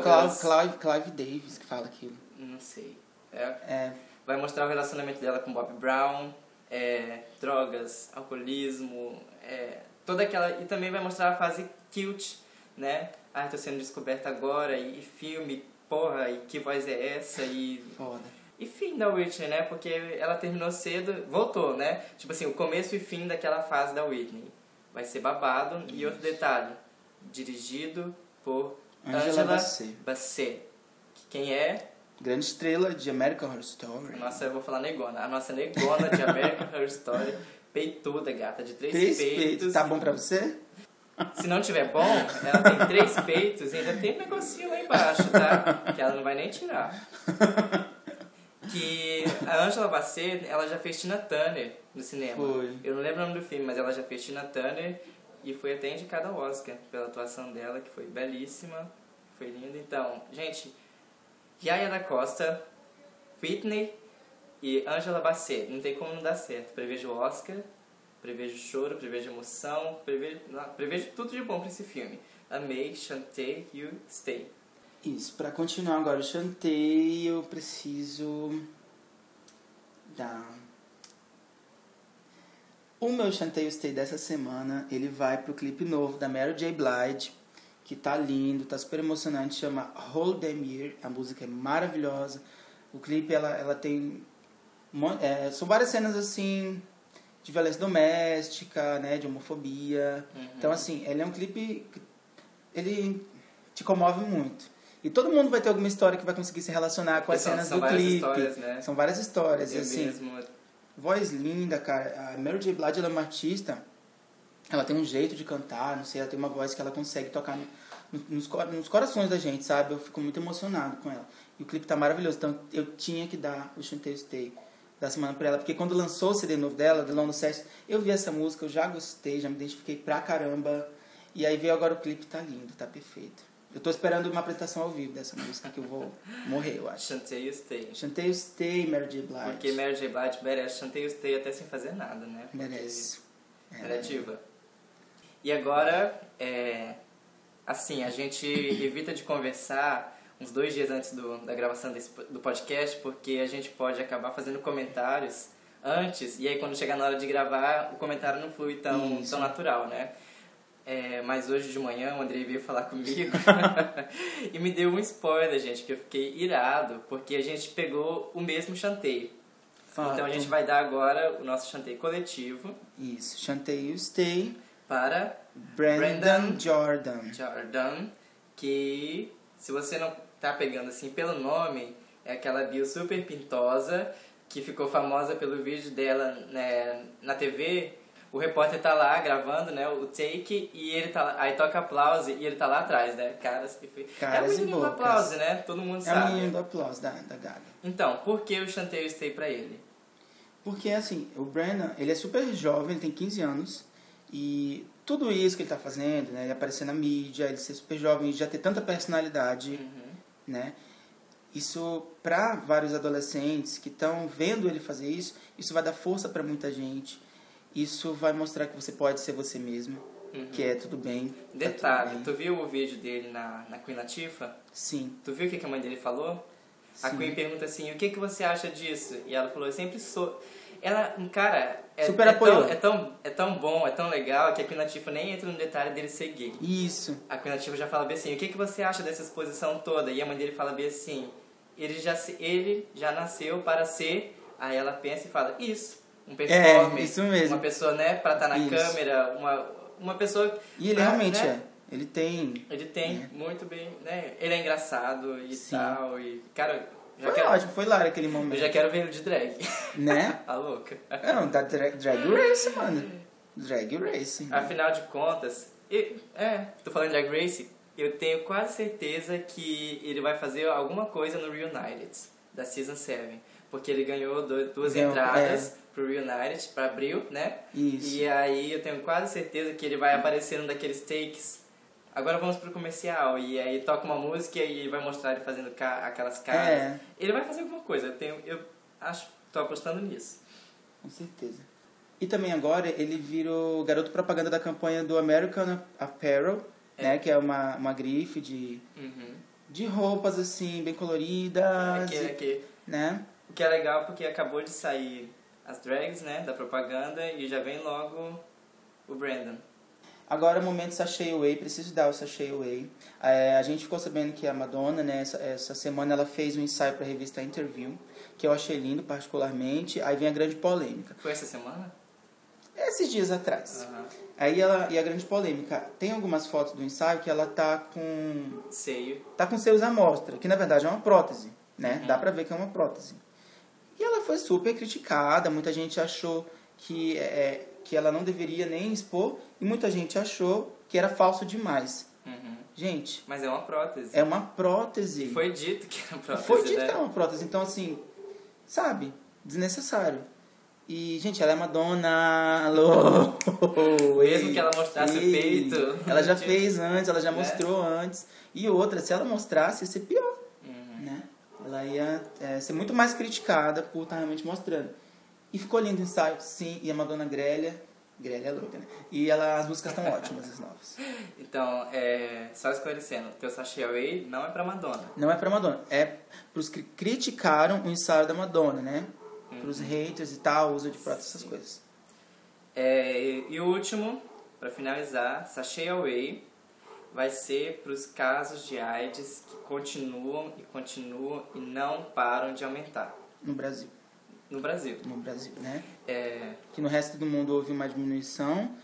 A: Clive, Clive, Clive Davis que fala aquilo.
B: Não sei. É,
A: É,
B: vai mostrar o relacionamento dela com Bob Brown, é, drogas, alcoolismo, é, toda aquela. E também vai mostrar a fase cute, né? Ah, tô sendo descoberta agora, e, e filme, porra, e que voz é essa? E
A: Foda.
B: e fim da Whitney, né? Porque ela terminou cedo, voltou, né? Tipo assim, o começo e fim daquela fase da Whitney. Vai ser babado. E outro detalhe, dirigido por
A: Angela
B: Angela
A: Bassett.
B: Bassett. Que Quem é?
A: Grande estrela de American Horror Story.
B: A nossa, eu vou falar negona. A nossa negona de American Horror Story. Peituda, gata, de três,
A: Três
B: peitos.
A: peitos. Tá bom pra você?
B: Se não tiver bom, ela tem três peitos e ainda tem um negocinho lá embaixo, tá? Que ela não vai nem tirar. Que a Angela Bassett, ela já fez Tina Turner no cinema.
A: Foi.
B: Eu não lembro o nome do filme, mas ela já fez Tina Turner e foi até indicada ao Oscar pela atuação dela, que foi belíssima, foi linda. Então, gente, Yaya da Costa, Whitney e Angela Bassett. Não tem como não dar certo. Prevejo Oscar, prevejo choro, prevejo emoção, prevejo, não, prevejo tudo de bom pra esse filme. Amei, chantei, you stay.
A: Isso. Pra continuar agora o chanteio, eu preciso dar... O meu chanteio stay dessa semana, ele vai pro clipe novo da Mary J. Blige, que tá lindo, tá super emocionante, chama Hold Them Year, a música é maravilhosa. O clipe, ela, ela tem... mo- é, são várias cenas, assim, de violência doméstica, né, de homofobia.
B: Uhum.
A: Então, assim, ele é um clipe que ele te comove muito. E todo mundo vai ter alguma história que vai conseguir se relacionar com as
B: São-
A: cenas
B: são
A: do
B: várias
A: clipe.
B: histórias, né?
A: São várias histórias. e,
B: Eu
A: assim,
B: mesmo.
A: voz linda, cara. A Mary J. Blige, ela é uma artista. Ela tem um jeito de cantar, não sei, ela tem uma voz que ela consegue tocar no- no- nos, cor- nos corações da gente, sabe? Eu fico muito emocionado com ela. E o clipe tá maravilhoso, então eu tinha que dar o Chantei Stay da semana pra ela, porque quando lançou o CD novo dela, The Long Session, eu vi essa música, eu já gostei, já me identifiquei pra caramba. E aí veio agora o clipe, tá lindo, tá perfeito. Eu tô esperando uma apresentação ao vivo dessa música, que eu vou morrer, eu acho.
B: Chantei, you stay.
A: Chantei Stay, Mary J. Blige.
B: Porque Mary J. Blige merece Chantei o Stay até sem fazer nada, né? Porque
A: Merece.
B: Ela é diva. E agora, é, assim, a gente evita de conversar uns dois dias antes do, da gravação desse, po- do podcast, porque a gente pode acabar fazendo comentários antes, e aí quando chegar na hora de gravar, o comentário não flui tão,
A: Isso.
B: tão natural, né? É, mas hoje de manhã o Andrei veio falar comigo e me deu um spoiler, gente, que eu fiquei irado, porque a gente pegou o mesmo chanteio.
A: Fato.
B: Então a gente vai dar agora o nosso chanteio coletivo
A: Isso, Chantei You Stay,
B: para
A: Brandon,
B: Brandon
A: Jordan.
B: Jordan, que se você não tá pegando assim pelo nome, é aquela bio super pintosa que ficou famosa pelo vídeo dela né, na TV. O repórter tá lá gravando, né, o take e ele tá lá, aí toca aplauso e ele tá lá atrás, né? Caras que foi. é
A: Caras
B: o
A: e
B: menino do
A: bocas.
B: aplauso, né? Todo mundo
A: É o
B: sabe.
A: menino do aplauso da, da Gaga.
B: Então, por que eu chantei o stay pra ele?
A: Porque, assim, o Brandon, ele é super jovem, ele tem 15 anos. E tudo isso que ele tá fazendo, né? Ele aparecer na mídia, ele ser super jovem, já ter tanta personalidade,
B: Uhum.
A: né? Isso, pra vários adolescentes que estão vendo ele fazer isso, isso vai dar força pra muita gente. Isso vai mostrar que você pode ser você mesmo, que é tudo bem. tá tudo
B: Uhum. Detalhe,
A: bem.
B: tu viu o vídeo dele na, na Queen Latifah?
A: Sim.
B: Tu viu o que que a mãe dele falou? A
A: Sim.
B: Queen pergunta assim, o que, que você acha disso? E ela falou, eu sempre sou... Ela, cara, é,
A: Super
B: é,
A: apoiou.
B: tão, é, tão, é tão bom, é tão legal, que a Queen Latifah nem entra no detalhe dele ser gay.
A: Isso.
B: A Queen Latifah já fala bem assim, o que, que você acha dessa exposição toda? E a mãe dele fala bem assim, ele já, se- ele já nasceu para ser... Aí ela pensa e fala, isso, um performer.
A: É, isso mesmo.
B: Uma pessoa, né, pra estar na
A: Isso.
B: câmera, uma, uma pessoa...
A: E ele
B: pra,
A: realmente
B: né,
A: é. Ele tem.
B: ele tem muito bem, né? Ele é engraçado e
A: Sim.
B: tal. E, cara, já
A: Foi
B: quero,
A: ótimo, foi lá naquele
B: eu
A: momento.
B: já quero ver ele de drag.
A: Né?
B: a louca.
A: É, Não, da drag,
B: Ah,
A: drag race, mano. Drag race.
B: Afinal de contas, e- é, tô falando de drag race, eu tenho quase certeza que ele vai fazer alguma coisa no Reunited, da Season 7. Porque ele ganhou do- duas
A: Ganhou, é.
B: entradas pro Reunited, pra abril, né?
A: Isso.
B: E aí eu tenho quase certeza que ele vai aparecer num daqueles takes. Agora vamos pro comercial. E aí toca uma música e vai mostrar ele fazendo ca- aquelas caras.
A: É.
B: Ele vai fazer alguma coisa, eu tenho. Eu acho. tô apostando nisso.
A: Com certeza. E também agora ele virou garoto propaganda da campanha do American Apparel, né? Que é uma, uma grife de,
B: Uhum.
A: de roupas, assim, bem coloridas.
B: Aqui, aqui.
A: Né?
B: O que é legal porque acabou de sair as drags, né? Da propaganda e já vem logo o Brandon.
A: Agora é o momento Sashay Away, preciso dar o Sashay Away. É, a gente ficou sabendo que a Madonna, né, essa, essa semana ela fez um ensaio para a revista Interview, que eu achei lindo particularmente. Aí vem a grande polêmica.
B: Foi essa semana?
A: Esses dias atrás.
B: Aham.
A: Aí ela, e a grande polêmica, tem algumas fotos do ensaio que ela tá com
B: Seio.
A: tá com seios à mostra, que na verdade é uma prótese, né? Dá pra ver que é uma prótese. E ela foi super criticada, muita gente achou que, é, que ela não deveria nem expor, e muita gente achou que era falso demais.
B: Uhum.
A: Gente,
B: Mas é uma prótese.
A: é uma prótese.
B: Foi dito que era prótese,
A: Foi dito
B: né?
A: que era uma prótese, então assim, sabe? Desnecessário. E, gente, ela é Madonna. Alô!
B: Mesmo
A: Ei,
B: que ela mostrasse o peito.
A: Ela já
B: Tipo,
A: fez antes, ela já
B: né?
A: mostrou antes. E outra, se ela mostrasse, ia ser pior.
B: Uhum.
A: Né? Ela ia é, ser muito mais criticada por estar realmente mostrando. E ficou lindo o ensaio, sim. E a Madonna Grelha. Grelha é louca, né? E ela, as músicas estão ótimas, as novas.
B: Então, é... só esclarecendo, teu sachê away não é pra Madonna.
A: Não é pra Madonna, é pros que criticaram o ensaio da Madonna, né?
B: Uhum.
A: Pros haters e tal, uso de prótese, essas coisas.
B: É, e e o último, pra finalizar, sachê away vai ser pros casos de AIDS que continuam e continuam e não param de aumentar
A: No Brasil.
B: no Brasil.
A: No Brasil, né?
B: É,
A: Que no resto do mundo houve uma diminuição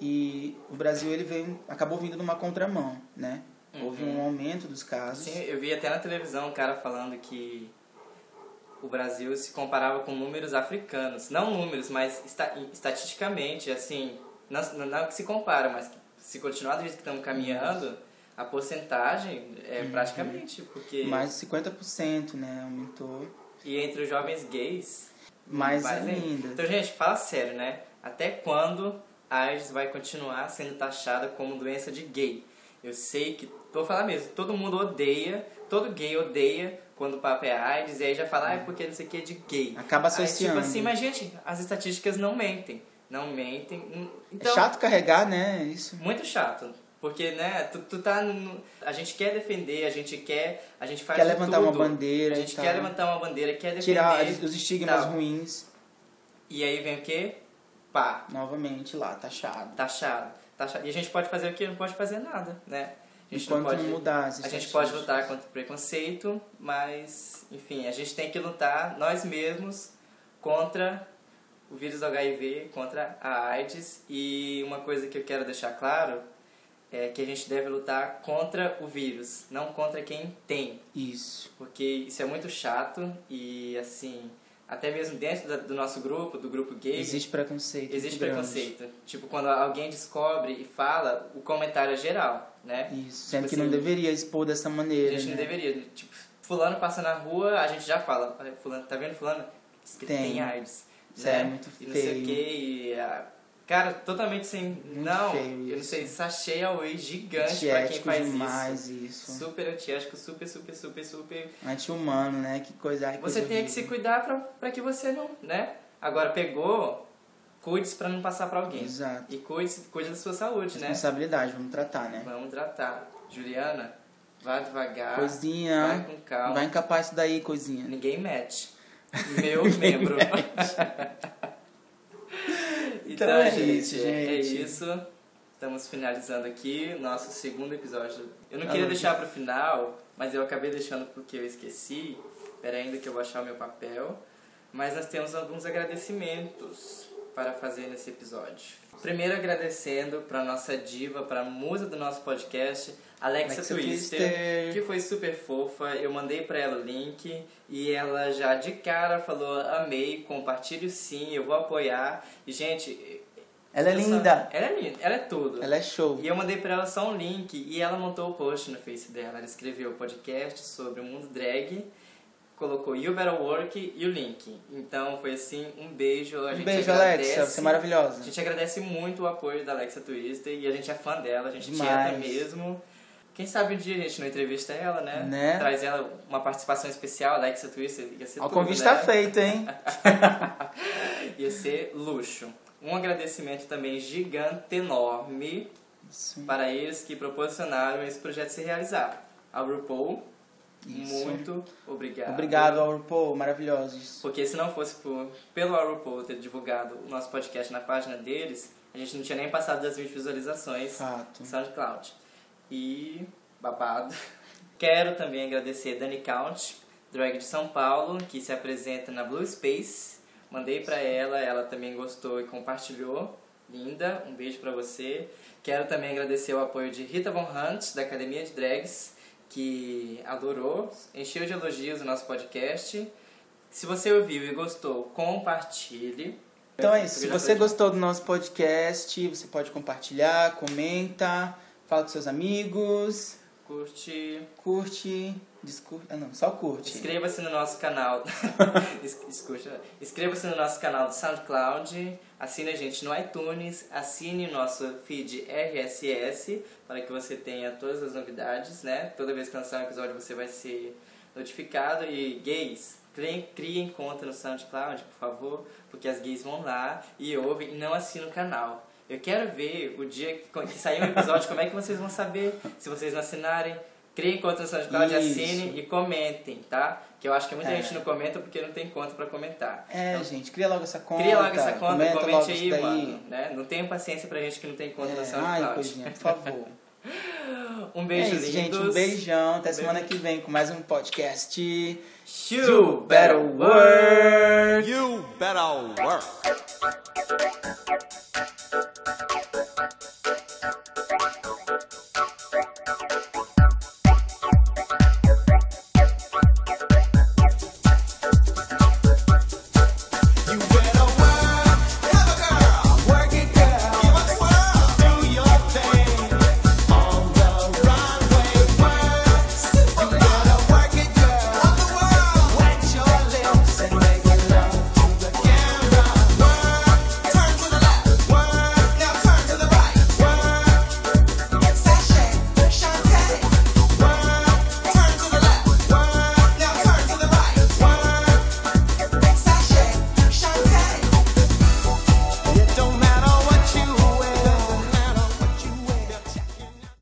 A: e o Brasil ele veio, acabou vindo numa contramão, né? Houve um aumento dos casos.
B: Uhum. Sim, eu vi até na televisão um cara falando que o Brasil se comparava com números africanos. Não números, mas esta, estatisticamente, assim, não, não- não que se compara, mas que se continuar do jeito que estamos caminhando, a porcentagem é praticamente, porque...
A: Mais de 50%, né?
B: Hum,
A: Aumentou.
B: E entre os jovens gays...
A: Mais
B: mais
A: ainda. É
B: Então, gente, fala sério, né? Até quando a AIDS vai continuar sendo taxada como doença de gay? Eu sei que, vou falar mesmo, todo mundo odeia, todo gay odeia quando o papo é AIDS, e aí já fala, ah, é porque não sei o que é de gay.
A: Acaba associando.
B: Aí, tipo assim, mas gente, as estatísticas não mentem. Não mentem. Hum, Então,
A: é chato carregar, né? Isso.
B: Muito chato. Porque, né, tu, tu tá. no- a gente quer defender, a gente quer. A gente faz
A: Quer
B: de
A: levantar
B: tudo.
A: uma bandeira
B: A
A: e
B: gente
A: tal.
B: quer levantar uma bandeira, quer defender.
A: Tirar as- os estigmas
B: tal.
A: ruins,
B: E aí vem o quê? Pá,
A: novamente lá, taxado.
B: taxado. taxado. E a gente pode fazer o quê? Não pode fazer nada, né? A gente
A: Enquanto não mudar as
B: A gente
A: estatísticas.
B: pode lutar contra o preconceito, mas, enfim, a gente tem que lutar nós mesmos contra o vírus do HIV, contra a AIDS. E uma coisa que eu quero deixar claro é que a gente deve lutar contra o vírus, não contra quem tem
A: Isso.
B: porque isso é muito chato e assim até mesmo dentro da- do nosso grupo do grupo gay
A: Existe preconceito.
B: existe
A: muito grande.
B: preconceito tipo quando alguém descobre e fala o comentário é geral né
A: Isso, sendo
B: Tipo
A: que não
B: assim,
A: deveria expor dessa
B: a
A: maneira. né?
B: gente não deveria tipo fulano passa na rua a gente já fala "Olha, fulano tá vendo fulano Diz que tem,
A: Tem.
B: AIDS
A: Isso
B: né
A: é muito
B: e não sei
A: feio.
B: o que e ah, cara totalmente sem não
A: feio
B: eu não
A: isso.
B: sei sachê away gigante pra quem
A: Antiético
B: faz
A: demais
B: isso
A: isso.
B: super antiético super super super super
A: Anti-humano, né? Que coisa. ai, coisa
B: Você tem que se
A: horrível.
B: cuidar pra, pra que você não, né? Agora pegou, cuide-se pra não passar pra alguém.
A: Exato.
B: E cuide, cuide da sua saúde, né?
A: Responsabilidade, vamos tratar, né?
B: Vamos tratar. Juliana, vá devagar.
A: coisinha.
B: Vai com calma.
A: Vai encapar isso daí, coisinha.
B: Ninguém mete. Meu
A: Ninguém
B: membro. então,
A: Então é
B: gente,
A: isso,
B: é
A: gente.
B: isso. Estamos finalizando aqui nosso segundo episódio. Eu não
A: Tá
B: queria
A: bom.
B: deixar pro final, mas eu acabei deixando porque eu esqueci. Espera ainda que eu vou achar o meu papel. Mas nós temos alguns agradecimentos para fazer nesse episódio. Primeiro agradecendo para nossa diva, para a musa do nosso podcast, Alexa,
A: Alexa
B: Twister,
A: Twister.
B: que foi super fofa. Eu mandei pra ela o link e ela já de cara falou: amei, compartilho sim, eu vou apoiar. E, gente.
A: Ela é
B: eu só-
A: linda.
B: Ela é linda, ela é tudo.
A: Ela é show.
B: E eu mandei pra ela só um link e ela montou o post no Face dela. Ela escreveu o podcast sobre o mundo drag, colocou You Better Work e o link. Então foi assim, um beijo. A
A: Um
B: gente
A: beijo,
B: agradece,
A: Alexa. Você é
B: A
A: maravilhosa.
B: gente agradece muito o apoio da Alexa Twister e a gente é fã dela, a gente te
A: Demais.
B: ama mesmo. Quem sabe um dia a gente não entrevista ela, né?
A: Né?
B: Traz ela uma participação especial, Alexa Twister. Ia ser
A: Ó, O
B: tudo,
A: convite
B: né?
A: tá feito, hein?
B: Ia ser luxo. Um agradecimento também gigante, enorme
A: Isso.
B: para eles que proporcionaram esse projeto se realizar. Ao RuPaul,
A: Isso.
B: muito obrigado.
A: Obrigado ao RuPaul, maravilhosos.
B: Porque se não fosse por, pelo RuPaul ter divulgado o nosso podcast na página deles, A gente não tinha nem passado das 20 visualizações
A: Fato.
B: no SoundCloud. E babado. Quero também agradecer a Dani Count, drag de São Paulo, que se apresenta na Blue Space. Mandei pra ela, ela também gostou e compartilhou. Linda, um beijo pra você. Quero também agradecer o apoio de Rita Von Hunt, da Academia de Drags, que adorou, encheu de elogios o nosso podcast. Se você ouviu e gostou, compartilhe.
A: Então é isso. Se você gostou do nosso podcast, você pode compartilhar, comenta, fala com seus amigos,
B: Curte,
A: curte, discute. Ah, não, só curte.
B: Inscreva-se no nosso canal. Es- Escuta. Inscreva-se no nosso canal do SoundCloud. Assine a gente no iTunes. Assine o nosso feed RSS para que você tenha todas as novidades, né? Toda vez que lançar um episódio você vai ser notificado. E gays, criem, criem conta no SoundCloud, por favor, porque as gays vão lá e ouvem e não assinam o canal. Eu quero ver o dia que, que sair um episódio, como é que vocês vão saber se vocês não assinarem. Criem conta no SoundCloud,
A: Isso.
B: assinem e comentem, tá? Que eu acho que muita
A: É.
B: gente não comenta porque não tem conta pra comentar.
A: É, gente, cria logo essa conta.
B: Então, Cria logo essa conta,
A: comenta logo
B: comente aí,
A: isso daí.
B: mano. Né? Não tenha paciência pra gente que não tem conta no
A: É, ai, coisinha,
B: SoundCloud.
A: por favor.
B: um
A: é
B: beijo,
A: isso, gente.
B: lindos.
A: Um beijão. Até
B: Um
A: semana
B: beijo.
A: que vem com mais um podcast.
B: Shoo, better work.
C: You better work.